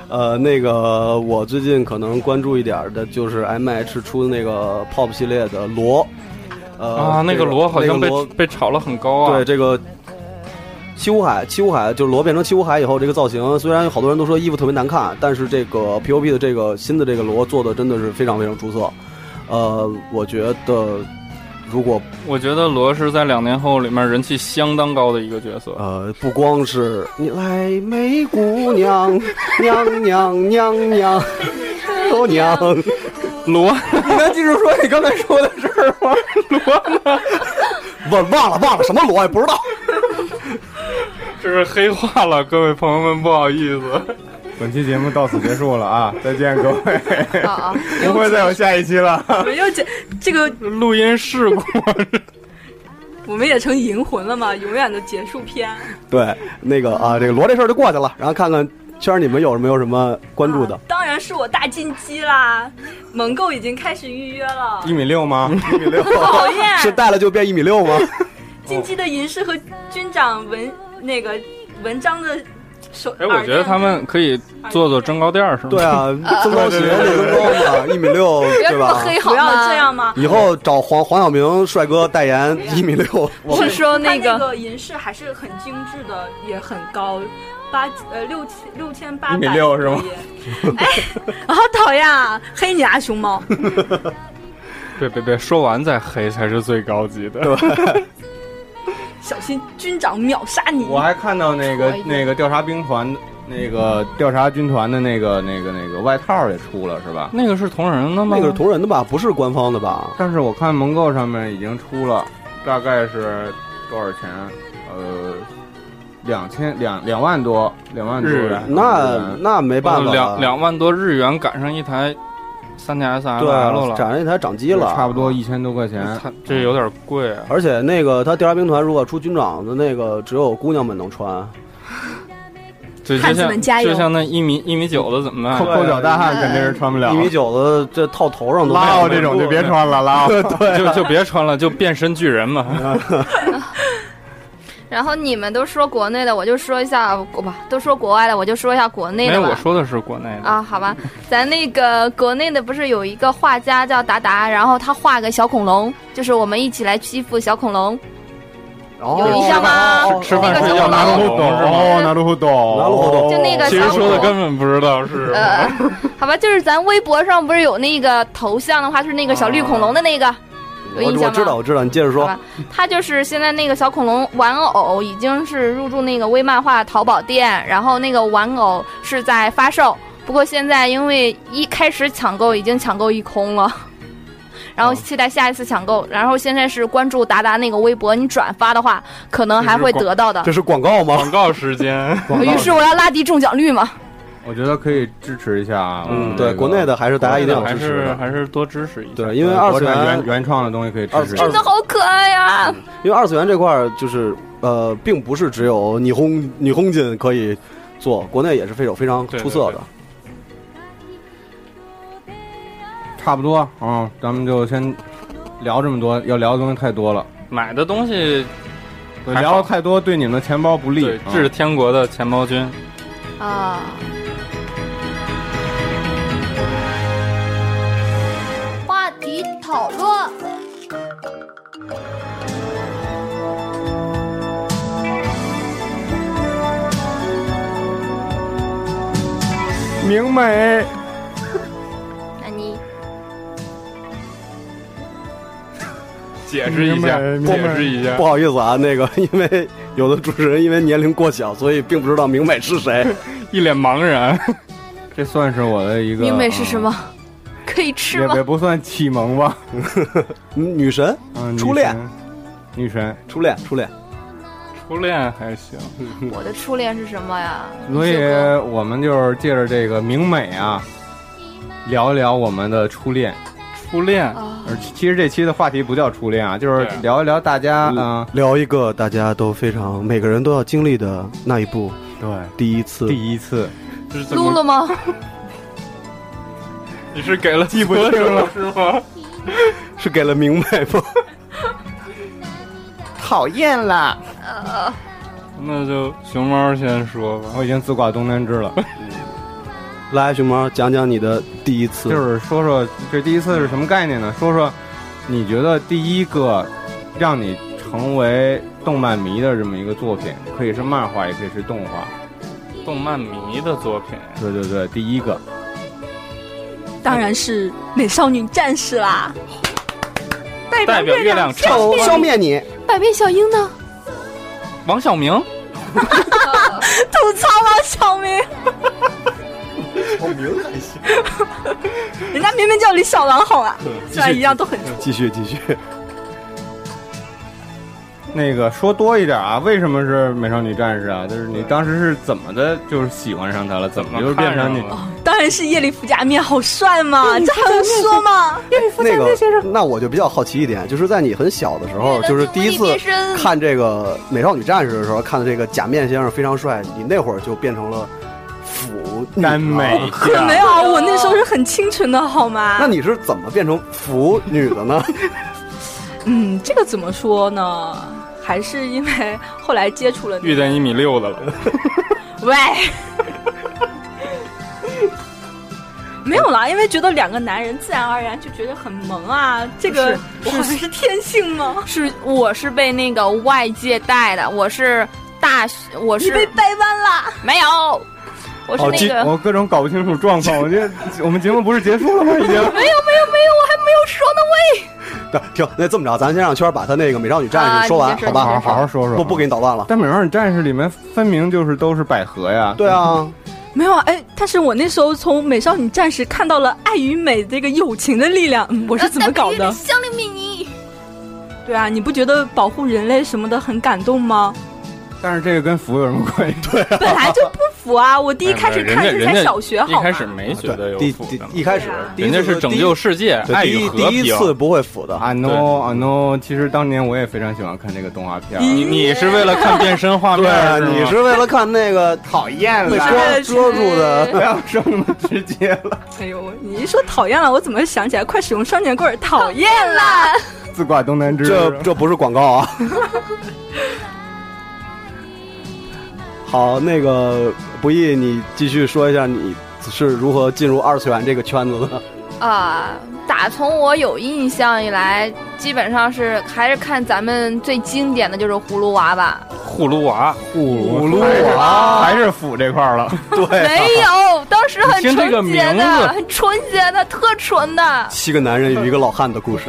呃，那个我最近可能关注一点儿的就是 M H 出的那个 Pop 系列的罗，呃，
啊，那
这
个
个
螺好像
那
被
个罗
被炒了很高啊。
对这个七五海，七五海就是罗变成七五海以后，这个造型虽然有好多人都说衣服特别难看，但是这个 P O P 的这个新的这个罗做的真的是非常非常出色。呃，我觉得如果
我觉得罗是在两年后里面人气相当高的一个角色。
呃不光是你来梅姑娘，娘娘娘娘，姑娘，
罗，
你能记住说你刚才说的事儿吗？
忘忘了忘了什么罗也不知道。
这是黑化了，各位朋友们，不好意思。
本期节目到此结束了啊，再见各位，
啊啊，
不会再有下一期了。
我们又这这个
录音事故，
我们也成银魂了嘛，永远的结束篇。
对，那个啊，这个罗这事儿就过去了，然后看看圈儿你们有没有什么关注的
啊。当然是我大进击啦，萌购已经开始预约了
一。米六吗？一米 六。
讨厌，
是戴了就变一米 六吗？
进击的银饰和军长文那个文章的手。
哎，我觉得他们可以做做增高垫儿，是吗？
对，啊，增高鞋那增高啊嘛，一米六
不要
对
这么
吧？
黑好
不
吗？
要这。样吗？
以后找黄黄晓明帅哥代言一米六，我
是说
它
那
那
个
个银饰还是很精致的，也很高，八呃六千六千八
一
百
米六是 吗？
哎，好讨厌啊！黑你啊，熊猫！
别别别，说完再黑才是最高级的。
小心军长秒杀你！
我还看到那个
戳一
那个调查兵团，那个调查军团的那个那个那个外套也出了是吧？
那个是同人的吗？
那个是同人的吧，不是官方的吧？
但是我看萌购上面已经出了，大概是多少钱？呃，两千两两万多，两万多
日
元。
那
嗯
那没办法，
两两万多日元赶上一台三 DS L
对
L 了，
啊，展示台长机了，
差不多一千多块钱。
它这有点贵啊。
而且那个他调查兵团如果出军长的那个，只有姑娘们能穿。
对，就
汉子们
像
加油
就像那一米一米九的怎么
抠
办？
抠脚大汉肯定是穿不了，
一米 九的这套头上都
啊拉奥这种就别穿了，拉奥。
啊
就就别穿了，就变身巨人嘛。
然后你们都说国内的，我就说一下国吧；都说国外的，我就说一下国内
没
的
有，我
吧。
说的是国内的。
啊，好吧，咱那个国内的不是有一个画家叫达达，然后他画个小恐龙，就是我们一起来欺负小恐龙。有印象吗
哦哦哦
吃饭
那个
睡
小
觉
恐
拿
龙
着
懂，哦拿路懂，哦拿
路懂
就那个
其实说的根本不知道是。
呃， 好吧，就是咱微博上不是有那个头像的话，是那个小绿恐龙的那个，有
我
印
我
象
知道，
吗？啊
我知道，你接着
好
说
吧。他就是现在那个小恐龙玩偶已经是入驻那个微漫画淘宝店，然后那个玩偶是在发售，不过现在因为一开始抢购已经抢购一空了。 然后期待下一次抢购，然后现在是关注达达那个微博，你转发的话，可能还会得到的
这。是广告吗？
广告时间，
于是我要拉低中奖 率嘛。
我觉得可以支持一下啊。
嗯，
这
对，
个
国内的还是 大家一定要
还
支持
是
的。
还是多支持一下。
对，因为二
国
次
产原
元，
原创的东西可以支持一下
二
真的好可爱啊呀、
因为二次元这块儿就是呃，并不是只有霓虹霓虹金可以做，国内也是非常非常出色的。
差不多，嗯，咱们就先聊这么多，要聊的东西太多了，
买的东西，还好
聊的太多对你们的钱包不利
对，。
啊
嗯
致天国的钱包君。
啊，话题讨论。
明美，
那你
解释一下，
明白明
解
白
释一下
不。好意思啊，那个因为有的主持人因为年龄过小，所以并不知道明美是谁。
一脸茫然。
这算是我的一个
明美是什么？
啊
可以
嗯
吃
也
吗
也？不算启蒙吧，
女神，
嗯，
初恋
女神，女神，
初恋，初恋，
初恋还行，
我的初恋是什么呀？
所以
这个
我们就是借着这个明美啊，聊一聊我们的初恋。
初恋
啊，
而其实这期的话题不叫初恋啊，就是
对
聊一聊大家
嗯
啊，
聊一个大家都非常每个人都要经历的那一步，
对，
第一次。
第一次
是怎
露
么？
露吗？
你是给了记不清 了是吗？
是给了明白吗？讨厌啦！
那就熊猫先说吧。
我已经自挂东南枝了。
来，熊猫讲讲你的第一次，
就是说说这第一次是什么概念呢？说说你觉得第一个让你成为动漫迷的这么一个作品，可以是漫画，也可以是动画。
动漫迷的作品，
对对对，第一个
当然是美少女战士啦！
代表月亮唱，
消消灭你。
百变小樱呢？
王晓明，
吐槽吗，小明？
啊
人家明明叫李小狼好啊，
嗯
虽然一样都很丑。
继续继续，
那个说多一点啊，为什么是美少女战士啊？就是你当时是怎么的，就是喜欢上她了？怎么就变成你
看上？了
当然是夜里福加面好帅嘛，
嗯
这还用说吗？
那个那我就比较好奇一点，就是在你很小的时嗯候，哦就是第一次看这个《美少女战士》的时候，看的这个假面先生非常帅，你那会儿就变成了腐女
耽美
了。
可没有啊，我 那时候是很清纯的好吗？
那你是怎么变成腐女的呢？
嗯，这个怎么说呢？还是因为后来接触了那
遇见一米六的了，
喂， 没有啦，因为觉得两个男人自然而然就觉得很萌啊，这个我好像是天性吗？
是我是被那个外界带的，我是大学，我
你
是
被掰弯啦！
没有，我是
哦，
那
今
个、
我各种搞不清楚状况，我觉得 我们节目不是结束了吗？已经
没有没有没有，我还没有说呢喂。
停，那这么着，咱先让圈儿把他那个《美少女战士》说完，
啊你
好
先说
吧？
你
好好好说说，
不不给。你捣乱了。
但美少女战士里面分明就是都是百合呀，
对啊，
没有啊，哎，但是我那时候从《美少女战士》看到了爱与美这个友情的力量，嗯，我是怎么搞的？
香菱米妮，
对啊，你不觉得保护人类什么的很感动 吗？
但是这个跟服有什么关系？
本来就不服啊！我第一开始看
人
是
家人
在
家
小学，
一
好
开
吗？
始没哎觉得
啊对，
有
第
腐
第
的嘛，
一开始
对啊，
第一
人家
次
是拯救世界，
对
爱与
第
和
一第一
平。
次不会腐的
啊 no 啊 no！其实当年我也非常喜欢看这个动画片儿，
你你是为了看变身画面
对，，啊
吗
你是为了看那个
讨厌
被
了，
遮遮住
不
的，
要说那么直接了，
哎呦，你一说讨厌了，我怎么想起来快使用双截棍儿？讨厌 啦！
自挂东南枝。
这这不是广告啊。好，那个不易，你继续说一下你是如何进入二次元这个圈子的？
啊、打从我有印象以来，基本上是还是看咱们最经典的就是葫芦娃吧。
葫芦娃，
葫
芦娃
还是腐这块儿了，
对，
没有，当时很
你听这个
纯洁
名字
的，很纯洁的，特纯的。
七个男人与一个老汉的 故事。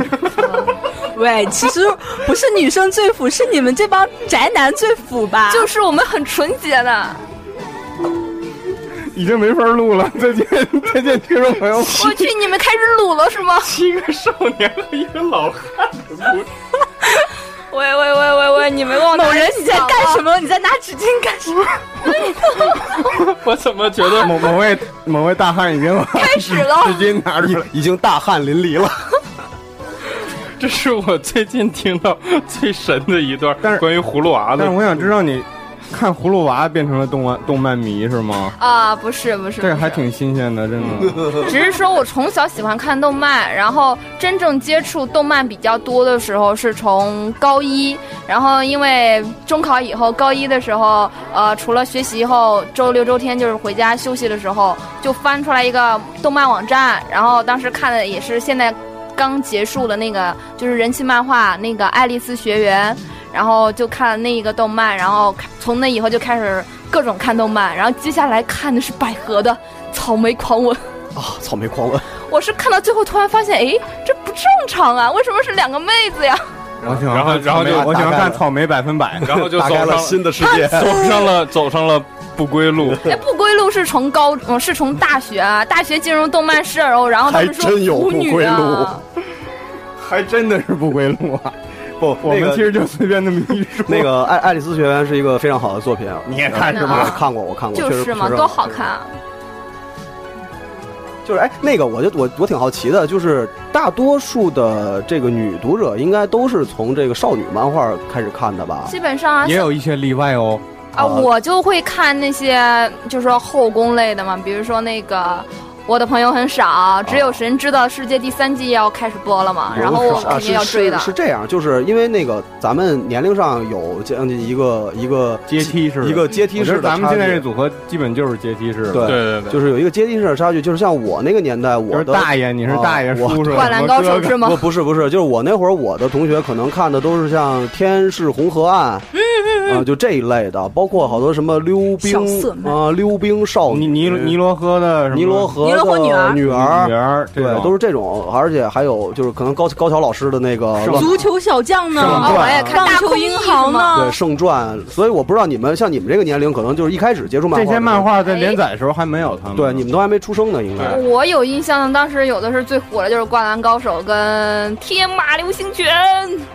喂，其实不是女生最腐，是你们这帮宅男最腐吧？
就是是我们很纯洁 的，
已经没法录了。再见， 再见，听众朋友们。
我去，你们开始撸了是吗？
七个少年和一个老汉，
喂喂喂喂喂，你们忘啊
某人你在干什
么？
么？你在拿纸巾干什么？
我怎么觉得
某某位某位大汉已经把
开始了，
纸巾拿出来，
已已经大汗淋漓了。
这是我最近听到最神的一段
但是
关于葫芦娃
但
的
是。我想知道你看葫芦娃变成了动漫动漫迷是吗？
啊，不是不是，
这
不
还
是
挺新鲜的，真
嗯
的。
嗯
只是说我从小喜欢看动漫，然后真正接触动漫比较多的时候是从高一，然后因为中考以后，高一的时候，呃，除了学习以后，周六周天就是回家休息的时候，就翻出来一个动漫网站，然后当时看的也是现在刚结束的那个，就是人气漫画那个《爱丽丝学园》，然后就看了那一个动漫，然后看从那以后就开始各种看动漫，然后接下来看的是百合的《草莓狂吻》。
啊，草莓狂吻！
我是看到最后突然发现，诶，这不正常啊！为什么是两个妹子呀？
我想
然后然后就
我想
大概
看
了
草莓百分百，
然后就
打
走
开
上
了新的世界。
走上了走上了不归 路。
哎，不归路是从高，嗯，是从大学啊，大学进入动漫社，然后他们说
还真有
腐
不
女
归路
啊，
还真的是不归路 啊！
不，
我
那
们
个
其实就随便那么一说，
那个《爱爱丽丝学园》是一个非常好的作品啊，
你也看
是吗
我看过，我看过，
就
确实
是嘛，
确实
多好看！啊！
就是哎，那个我就我我挺好奇的，就是大多数的这个女读者应该都是从这个少女漫画开始看的吧？
基本上啊
也有一些例外哦。
啊，
啊
我就会看那些就是说后宫类的嘛，比如说那个。我的朋友很少，只有神知道世界第三季要开始播了嘛，然后我
是啊
肯定要
是
追的
是。是这样，就是因为那个咱们年龄上有将近一个一个
阶梯式的
一个阶梯
我觉
式
得
的
咱们
差
现
距
在这组合基本就是阶梯式的，
对
对
对对，
就是有一个阶梯式的差距，就是像我那个年代，
就
我
是
的
大爷，你是大爷
啊
叔叔，
灌篮
什么
高手
哥哥
是吗
不？不是不是，就是我那会儿我的同学可能看的都是像《天是红河岸》嗯嗯就这一类的，包括好多什么溜
小
冰
色
啊、
妹
溜冰少
尼
女、
尼尼罗河的什么
尼罗河
尼罗河
的
女儿
女儿
女儿，
对，都是这种，而且还有就是可能高高桥老师的那个
是
乱
足球小将
是
呢
吗？
啊，我也看
棒
大
球
空
英
翼
豪
是吗？
对
呢？
圣传，所以我不知道你们像你们这个年龄，可能就是一开始接触漫画
这
的
些漫
时候，
画在连载的时候还没有他们呢，
对你们都还没出生呢，应该
对
我有印象的，当时有的是最火的就是《灌篮高手》跟《天马流星拳》。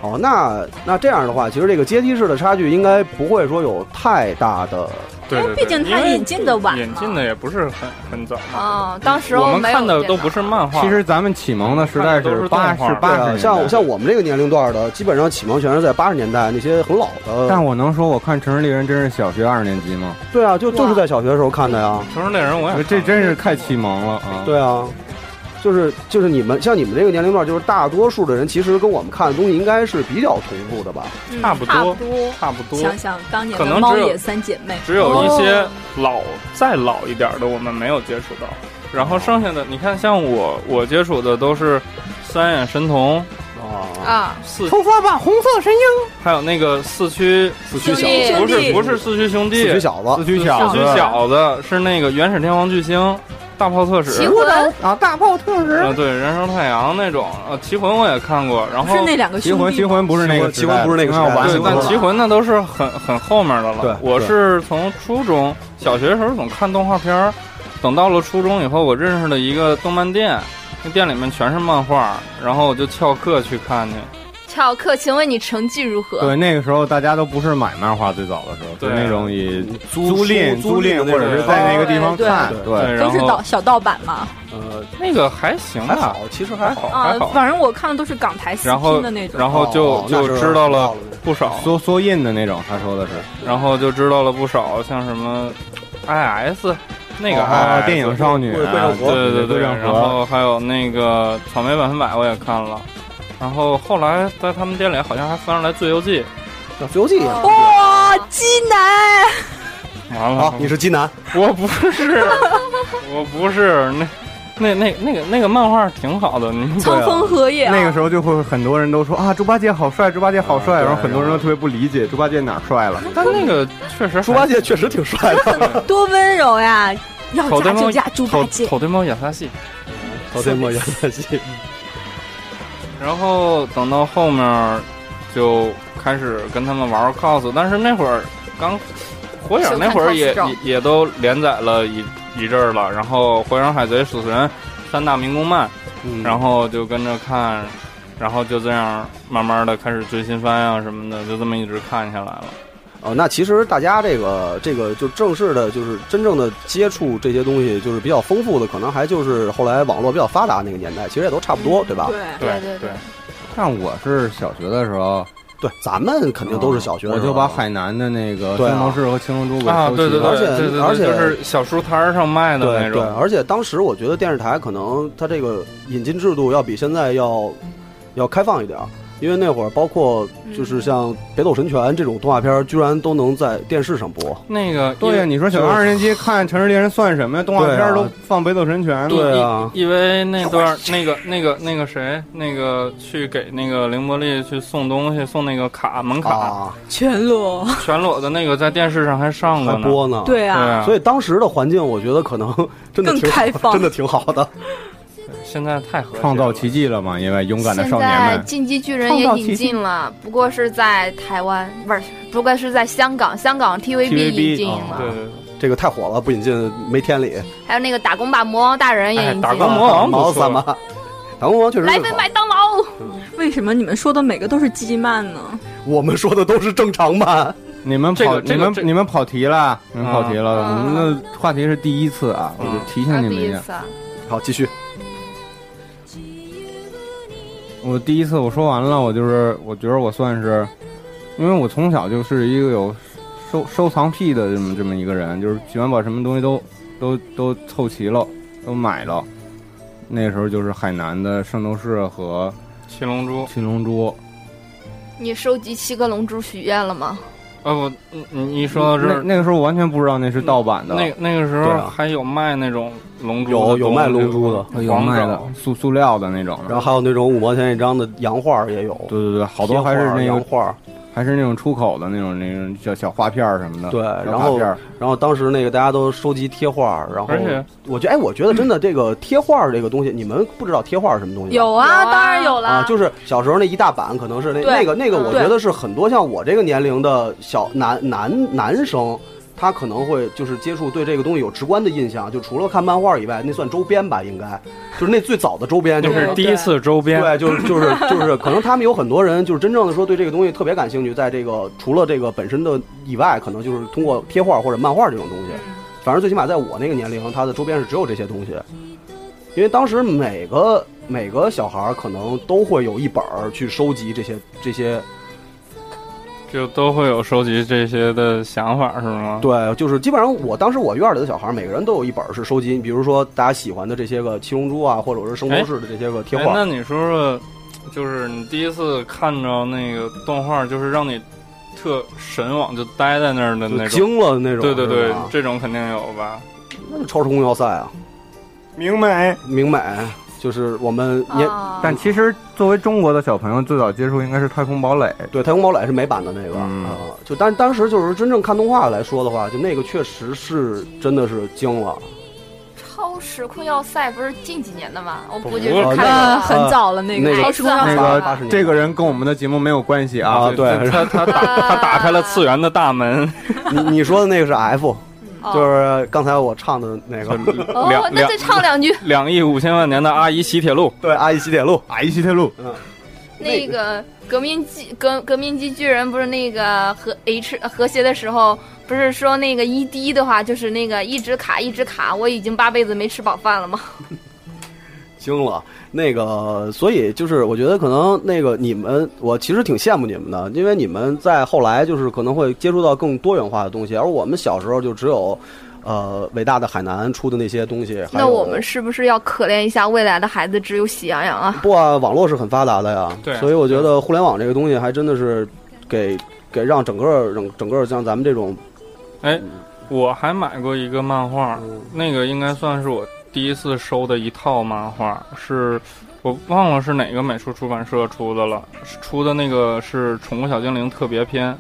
哦，那那这样的话，其实这个阶梯式的差距应该不会说有太大的
对对对
毕竟他
因为
引进的晚嘛
引进的也不是很很早
啊、当时
我们
没有
看的
这
都
个
不是漫画，
其实咱们启蒙的时代
看的都是
八
动画
是
对
八十
啊，
年
像
代。
像我们这个年龄段的，基本上启蒙全是在八十年代那些很老的。
但我能说我看《城市猎人》真是小学二年级吗？
对啊，就就是
哇
在小学的时候看的呀。
《城市猎人》我也
这
看
真是太启蒙了啊！
对啊，就是就是你们像你们这个年龄段，就是大多数的人其实跟我们看的东西应该是比较同步的吧？
嗯
差不
差不
多
多。
差不多，
想想当年
可
的
能
猫
只有
野三姐妹，哦
只有一些老再老一点的我们没有接触到，然后剩下的你看，像我我接触的都是三眼神童
啊，
啊，
四，
头发吧，红色神鹰，
还有那个四驱
四驱
四
小
不
子，
兄
驱
是
弟
不是四驱兄弟，
四驱小子
四，驱小
四
子，
驱小子是那个原始天王巨星，大炮特
棋
使。
魂
啊，大炮特
啊，
使。
对，燃烧太阳那种，呃，棋魂我也看过，然后
是那两个
棋
兄
魂，
弟
棋
吗。
魂不是那个时代的，
棋魂不是那个时代的
玩
对，
棋魂
但
吧
棋魂那都是很很后面的了。
对
我
对
是从初中小学的时候总看动画片儿，等到了初中以后，我认识了一个动漫店，那店里面全是漫画，然后我就翘课去看去。
巧克，请问你成绩如何？
对，那个时候大家都不是买漫画，最早的时候，
对
就那种以
租
赁、
租
租
赁
赁
的那
或者
种
是在那个地方
对
看，
对
对，
然
都是
后
盗小盗版嘛，
呃，
那个还行
还
吧
好，，其实
还
还
好，
好。
啊
还，好。
反正我看的都是港台四
然后
拼的那，种。
然后就
哦那
就是知道了
知道了
不少，
缩缩印的那种，他说的是
然后就知道了不少，像什么 IS 那
哦
个
啊，
IS
电影少女
贵贵
啊
正，和
哦哎对对对，
正
然
和
后还有那个草莓百分百我也看了，然后后来在他们店里好像还翻上来《最游记
那《西游记》也好
哦
哦
哇，基南，》，
完了，
啊，你是基南，
我不是，我不是那。那那那个那个漫画挺好的，你
苍风和也啊，
那个时候就会很多人都说啊，猪八戒好帅，猪八戒好帅，
啊对
然后很多人都特别不理解猪八戒哪儿帅了。
但那个确实
猪八戒确实挺帅的。
还
多温柔呀，要
口袋
嫁
猫
就嫁猪八
头
戒。
头对猫演啥戏，
头天莫言的戏，
然后等到后面就开始跟他们玩 cos，但是那会儿刚火影那会儿也
就看 cos 照
也也都连载了一一阵儿了，然后火影、海贼、死神三大民工漫，
嗯
然后就跟着看，然后就这样慢慢的开始追新番啊什么的，就这么一直看下来了。
哦，那其实大家这个这个就正式的，就是真正的接触这些东西，就是比较丰富的，可能还就是后来网络比较发达那个年代，其实也都差不多，对
啊
吧？
对，
对
对
对对
但我是小学的时候，
对，咱们肯定都是小学的
哦我
时候，啊
就把海南的那个
对啊
三毛市和青龙珠给
啊，
收
对
集
对对，
了
而
对
且
对对
而且
就是小书摊儿上卖的那
对对，
种，
而且当时我觉得电视台可能它这个引进制度要比现在要要开放一点儿，因为那会儿包括
嗯
就是像《北斗神拳》这种动画片儿，居然都能在电视上播。
那个
啊
对呀，你说小学
就是
二年级看《城市猎人》算什么呀？动画
对啊
片儿都放《北斗神拳》呢。
对啊
因为那段儿那个那个那个谁，那个去给那个凌波丽去送东西，送那个卡门卡，
啊，
全裸。
全裸的那个在电视上还上过
还
呢。
播呢。，
对
对
啊，
啊，
所
以
以当时的环境，我觉得可能真的
更
挺
开放
真的挺好的。
现在太和谐了
创造奇迹了嘛？因为勇敢的
现
少年
在
们，
进击巨人》也引进了，不过是在台湾，不是，不过是在香港，香港 TVB 引进
哦
了，
对对对，
这个太火了，不引进没天理。
还有那个《打工吧魔王大人》也
哎
引
打
进
工
了，
魔王不
毛
错
三毛，打工王确实
来
是
杯
好。
麦当劳。
为什么你们说的每个都是基曼呢？
我们说的都是正常版，
你们
这
跑，
个这
你
个
们
这
你们跑题了，你们跑题了。
啊
我们的话题是第一次啊，我就提醒你们
第
一
一
下。
次啊，
好继续。
我第一次我说完了，我就是我觉得我算是，因为我从小就是一个有收收藏癖的这么这么一个人，就是喜欢把什么东西都都都凑齐了，都买了。那时候就是海南的圣斗士和
七龙珠，
七龙珠。
你收集七个龙珠许愿了吗？
呃，我你你一说到这
那
儿，
那个时候我完全不知道那是盗版的，
那那个时
对
候
啊
还有卖那种龙珠的东
有
西，
有卖龙珠的
哎有卖的塑塑料的那种的。
然后还有那种五毛钱一张的洋画儿也有，
对对对，好多还是那
洋
个啊
画儿。
还是那种出口的那种那种小小画片儿什么的。
对
小卡
然后
片儿
然后当时那个大家都收集贴画儿，然后
而且
我觉得哎，我觉得真的这个贴画儿这个东西，你们不知道贴画儿是什么东西吧？
有
啊
啊，当然有啦。
啊，就是小时候那一大版，可能是那
对嗯
那个那个，我
对
觉得是很多像我这个年龄的小男男男生，他可能会就是接触对这个东西有直观的印象，就除了看漫画以外，那算周边吧，应该就是那最早的周边，就
就是是第一次周边，
对，就是就是就是，可能他们有很多人就是真正的说对这个东西特别感兴趣，在这个除了这个本身的以外，可能就是通过贴画或者漫画这种东西。反正最起码在我那个年龄，它的周边是只有这些东西，因为当时每个每个小孩儿可能都会有一本儿去收集这些这些，
就都会有收集这些的想法，是吗？
对，就是基本上我当时我院里的小孩儿每个人都有一本儿是收集，比如说大家喜欢的这些个七龙珠啊，或者是圣斗士的这些个贴
哎
画
那
儿，
你说说，就是你第一次看着那个动画，就是让你特神往，就待在那儿的
就
那种。
惊了那种，
对对对
是吧，
这种肯定有吧？
那就超时空要塞啊，
明白。
明美就是我们也。
啊，
但其实作为中国的小朋友，最早接触应该是《太空堡垒》。
对，《太空堡垒》是美版的那个啊、
嗯
就当当时就是真正看动画来说的话，就那个确实是真的是惊 了，
超时空要塞不是近几年的吗？我估计
不
是
是
看
呃，
的
很
很
早
早了那
个
个
那个
超
超
时
时
空要塞，
空要塞那个
啊八十年代
这个人跟我们的节目没有关系啊。
啊对
他他打他打开了次元的大 门，
你你说的那个是 F，
哦
就是刚才我唱的那个，
哦
两，
那
两
再唱 两句。
两亿五千万年的阿姨洗铁路，
对，《阿姨西铁路》
阿依西铁路，
那个革命机革革命机巨人不是那个和 H 呃和谐的时候，不是说那个 E D 的话，就是那个一直卡一直卡，我已经八辈子没吃饱饭了吗？
惊了。那个，所以就是我觉得可能那个你们，我其实挺羡慕你们的，因为你们在后来就是可能会接触到更多元化的东西，而我们小时候就只有。呃，伟大的海南出的那些东西，还
那
有
我们是不是要可怜一下未来的孩子，只有喜羊羊啊？
不啊，网络是很发达的呀，
对
啊
所以我觉得互联网这个东西还真的是给给让整个整整个像咱们这种，
我还买过一个漫
嗯
画，
嗯
那个应该算是我第一次收的一套漫画，是我忘了是哪个美术出版社出的了，是出的那个是《宠物小精灵特别篇》，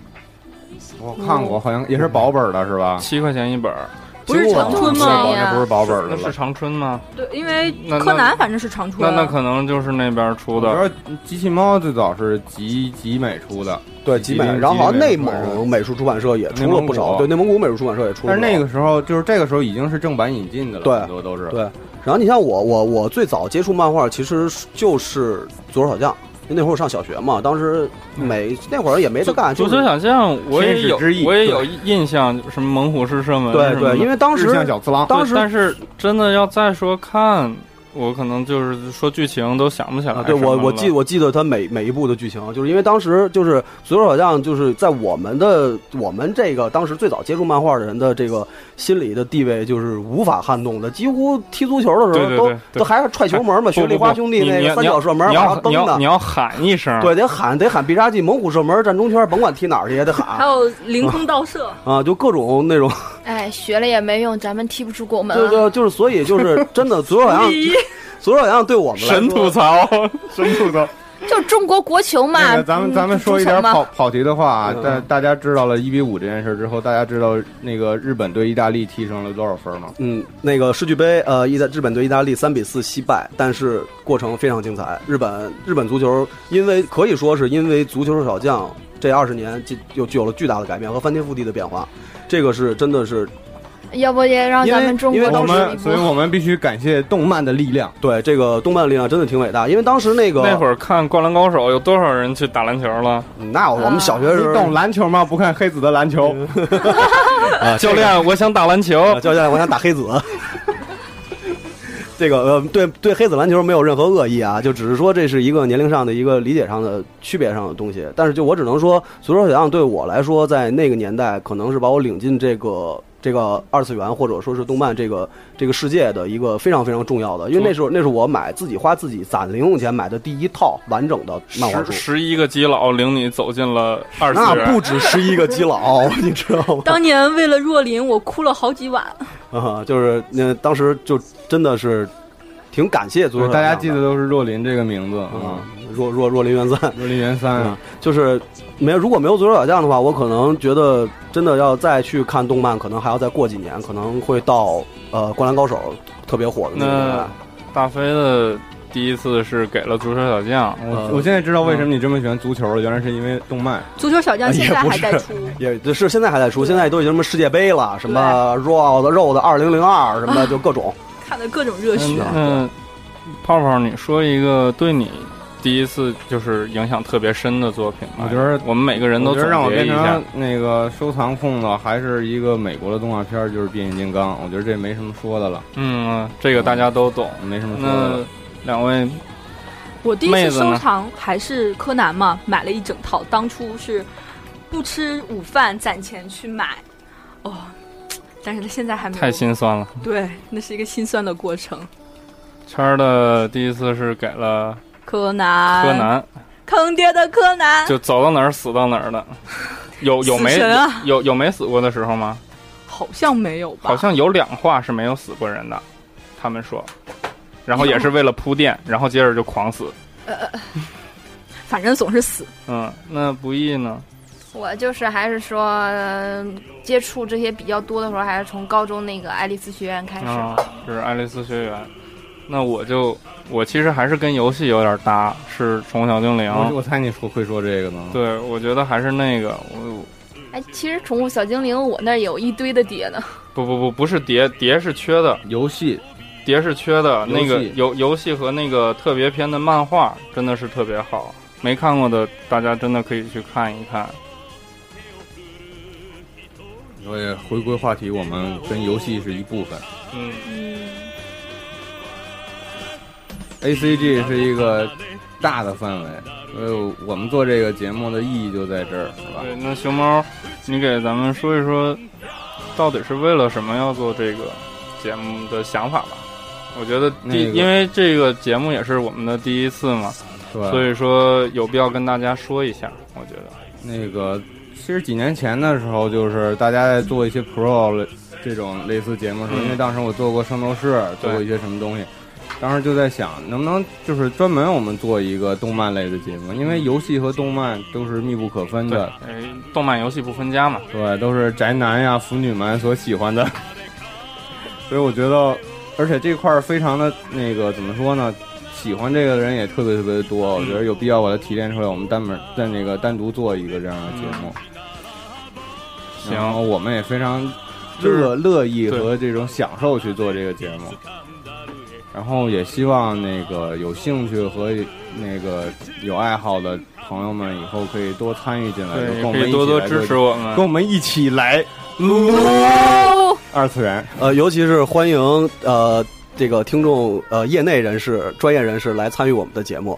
我看过，好像也是薄本的是吧？
七块钱一本儿，
不是
啊
长春
不是
吗
薄，？那不是薄本的
那是
了。
长春吗？
对，因为
那
柯南反正是常出
那
啊
的。
那可能就是那边出
我觉
的。
得机器猫最早是集集美出的，
对
吉
集美，
林
然后好像
吉林
内
美术出版社
蒙美术出版社也
内
出了
蒙
不少，
古啊
对内蒙古美术出版社也出了不少。
但是那个时候就是这个时候已经是正版引进的了，
对
很多都是。
对，然后你像我，我我最早接触漫画其实就是《左手小将》，那会儿我上小学嘛，当时每、
嗯
那会儿也没得干，就
足
是
球小将，我也有
天使之翼，
我也有印象，什么猛虎式射门
对
什么的
对，因为当时
日向小次郎，
当时
对但是真的要再说看，我可能就是说剧情都想不起来
啊，
什么了。
对我我记我记得他每每一部的剧情，就是因为当时就是《左手小将》，就是在我们的我们这个当时最早接触漫画的人的这个心理的地位，就是无法撼动的。几乎踢足球的时
对
候
对
都
对对
都还是踹球门嘛，
不
学
不
梨
不
花兄弟
你
那
你
个
要
三角射门
你
往
要
上蹬
你要
的
你，要喊一声，
对，得喊得喊必杀技，猛虎射门站中圈，甭管踢哪儿去也得
还
喊。
有凌 空倒射，
啊，就各种那种，
哎，学了也没用，咱们踢不出国门
就
啊。
就就是，所以就是真的，左手小将，
咦
左手小将对我们来
神
说
吐槽，
神吐槽，
就中国国球嘛。
那个咱们
嗯
咱们说一
足
点
球嘛
跑跑题的话啊
嗯，
大大家知道了一比五这件事之后，大家知道那个日本对意大利踢成了多少分吗？
嗯，那个世俱杯，呃，意大日本对意大利三比四惜败，但是过程非常精彩。日本日本足球因为可以说是因为足球小将这二十年就又具有了巨大的改变和翻天覆地的变化，这个是真的是
要不也让咱
因
们
为
中
因为
国
我
当时
踢
们，
一
所以
波
我们必须感谢动漫的力量。
对这个动漫力量真的挺伟大。因为当时那个
那会儿看《灌篮高手》，有多少人去打篮球
啊
了？
嗯，那我们小学
你
时候、
懂篮球吗？不看黑子的篮球，
嗯 啊
教练，我想打篮球。
啊教练，我想打黑子。这个呃，对对，黑子篮球没有任何恶意啊，就只是说这是一个年龄上的一个理解上的区别上的东西。但是就我只能说，足球小将对我来说，在那个年代可能是把我领进这个这个二次元或者说是动漫这个这个世界的一个非常非常重要的，因为那时候那是我买自己花自己攒零用钱买的第一套完整的漫画
十
书，
十一个基佬领你走进了二次
那
元，
不止十一个基佬， 你知道吗？
当年为了若琳，我哭了好几晚。
啊、 就是那当时就真的是挺感谢足球小
大
将的，
家记得都是若林这个名字
啊
啊，，
若若若林元赞
若林元三
啊
啊，，
就是没有如果没有足球小将的话，我可能觉得真的要再去看动漫，可能还要再过几年，可能会到呃《灌篮高手》特别火的那个年代
那。大飞的第一次是给了足球小将，
我
呃
我现在知道为什么你这么喜欢足球了，原来是因为动漫。
足球小
啊
将现在还在出，
也就是现在还在出，现在都已经什么世界杯了，什么 Raw 的 Raw 的二零零二什么的，就各种。
看的各种热血。
嗯，那泡泡，你说一个对你第一次就是影响特别深的作品吧？
我觉得
我们每个人都
我觉得让
总
我
结
变
一下
成。那个收藏控的，还是一个美国的动画片儿，就是《变形金刚》。我觉得这没什么说的了，
嗯，这个大家都懂。
没什么说的
那
了。
两位
我第一
妹
次
子呢
收藏还是柯南嘛，买了一整套，当初是不吃午饭攒钱去买，哦，但是他现在还没有
太心酸了。
对，那是一个心酸的过程。
圈儿的第一次是给了
柯南，
柯，南，
坑爹的柯南，
就走到哪儿死到哪儿的。有有没
死神啊
有有没死过的时候吗？
好像没有吧？
好像有两话是没有死过人的，他们说，然后也是为了铺垫，然后接着就狂死。
呃
反正总是死。
嗯，那不易呢？
我就是还是说、呃接触这些比较多的时候，还是从高中那个爱丽丝学院
哎
开始。
啊、就是爱丽丝学园。那我就我其实还是跟游戏有点搭，是宠物小精
我
灵。
我猜你说会说这个呢。
对，我觉得还是那个，我
哎，其实《宠物小精灵》我那儿有一堆的碟呢。
不不不不是碟，碟是缺的，
游戏
碟是缺的。
游戏
那个游游戏和那个特别篇的漫画真的是特别好，没看过的大家真的可以去看一看。
我也回归话题，我们跟游戏是一部分。
嗯，
A C G 是一个大的范围，所以我们做这个节目的意义就在这儿，是吧？
对，那熊猫，你给咱们说一说，到底是为了什么要做这个节目的想法吧？我觉得第，
那个
因为这个节目也是我们的第一次嘛，
是吧？
所以说有必要跟大家说一下。我觉得，
那个其实几年前的时候，就是大家在做一些 Pro 类这种类似节目的时候，
嗯
因为当时我做过圣斗士，
对
做过一些什么东西，当时就在想能不能就是专门我们做一个动漫类的节目，
嗯
因为游戏和动漫都是密不可分
对
的，，
哎，动漫游戏不分家嘛，
对，都是宅男呀、腐女们所喜欢的， 所以我觉得，而且这块儿非常的那个怎么说呢？喜欢这个的人也特别特别的多，我觉
嗯
得有必要把它提炼出来，我们单门在那个单独做一个这样的节目。
行
然后我们也非常
就是
乐乐意
对
和这种享受去做这个节目，然后也希望那个有兴趣和那个有爱好的朋友们以后可以多参与进来，
对，
跟我
可
们一起
以多多
来
支
做
持我们
跟。我们一起来撸二次元。
呃，尤其是欢迎呃这个听众呃业内人士、专业人士来参与我们的节目。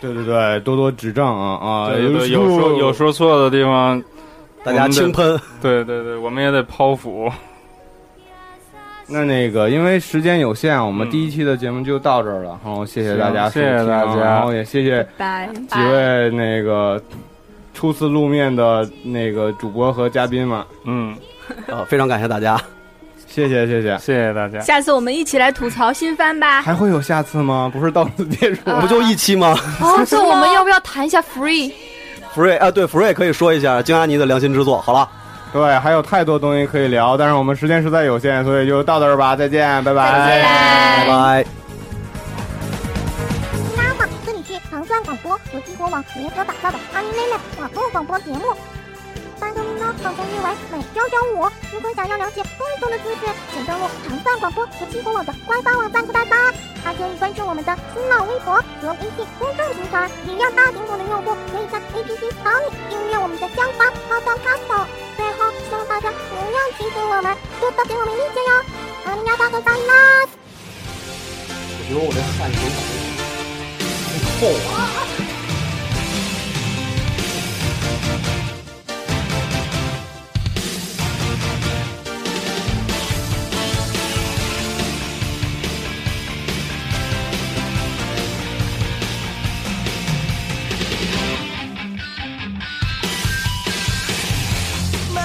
对对对，多多指正啊啊！
对对对，
有时
有
候
说有说错的地方，
大家
我们的
轻喷，
对对对，我们也得剖腹。
那那个，因为时间有限，啊我们
嗯
第一期的节目就到这儿了。然后谢谢大家收
行谢谢
听啊，
大家
然后也谢谢
拜
几位那个初次露面的那个主播和嘉宾们。
嗯，
呃，非常感谢大家。
谢谢谢谢。
谢谢大家。
下次我们一起来吐槽新番吧。
还会有下次吗？不是到此结束。
啊
不就一期吗
哦，这我们要不要谈一下 free？
？Free 啊，对，Free 可以说一下京阿尼的良心之作。好了，
对，还有太多东西可以聊，但是我们时间实在有限，所以就到这儿吧，再见，拜拜，
再见
拜拜。
大家好，这里是糖蒜广播由激活网联合打造的阿尼妹妹网络广播节目。班更呢，放在日文每周周五。如果想要了解更多的资讯，请登录糖蒜广播和激活网的官方网站吧吧。还可以关注我们的新浪微博和微信公众平台。只要大苹果的用户可以在 APP 找你订阅我们的相关 Podcast。最后，希望大家不要欺负我们，多多给我们意见哟。阿弥陀佛，再见。
我觉得我这汗挺好，厚啊。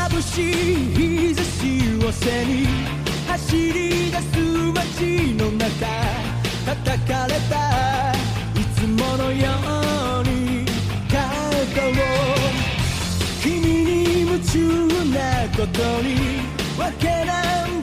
眩しい日差しを背に走り出す街の中叩かれたいつものように肩を君に夢中なことにわけなん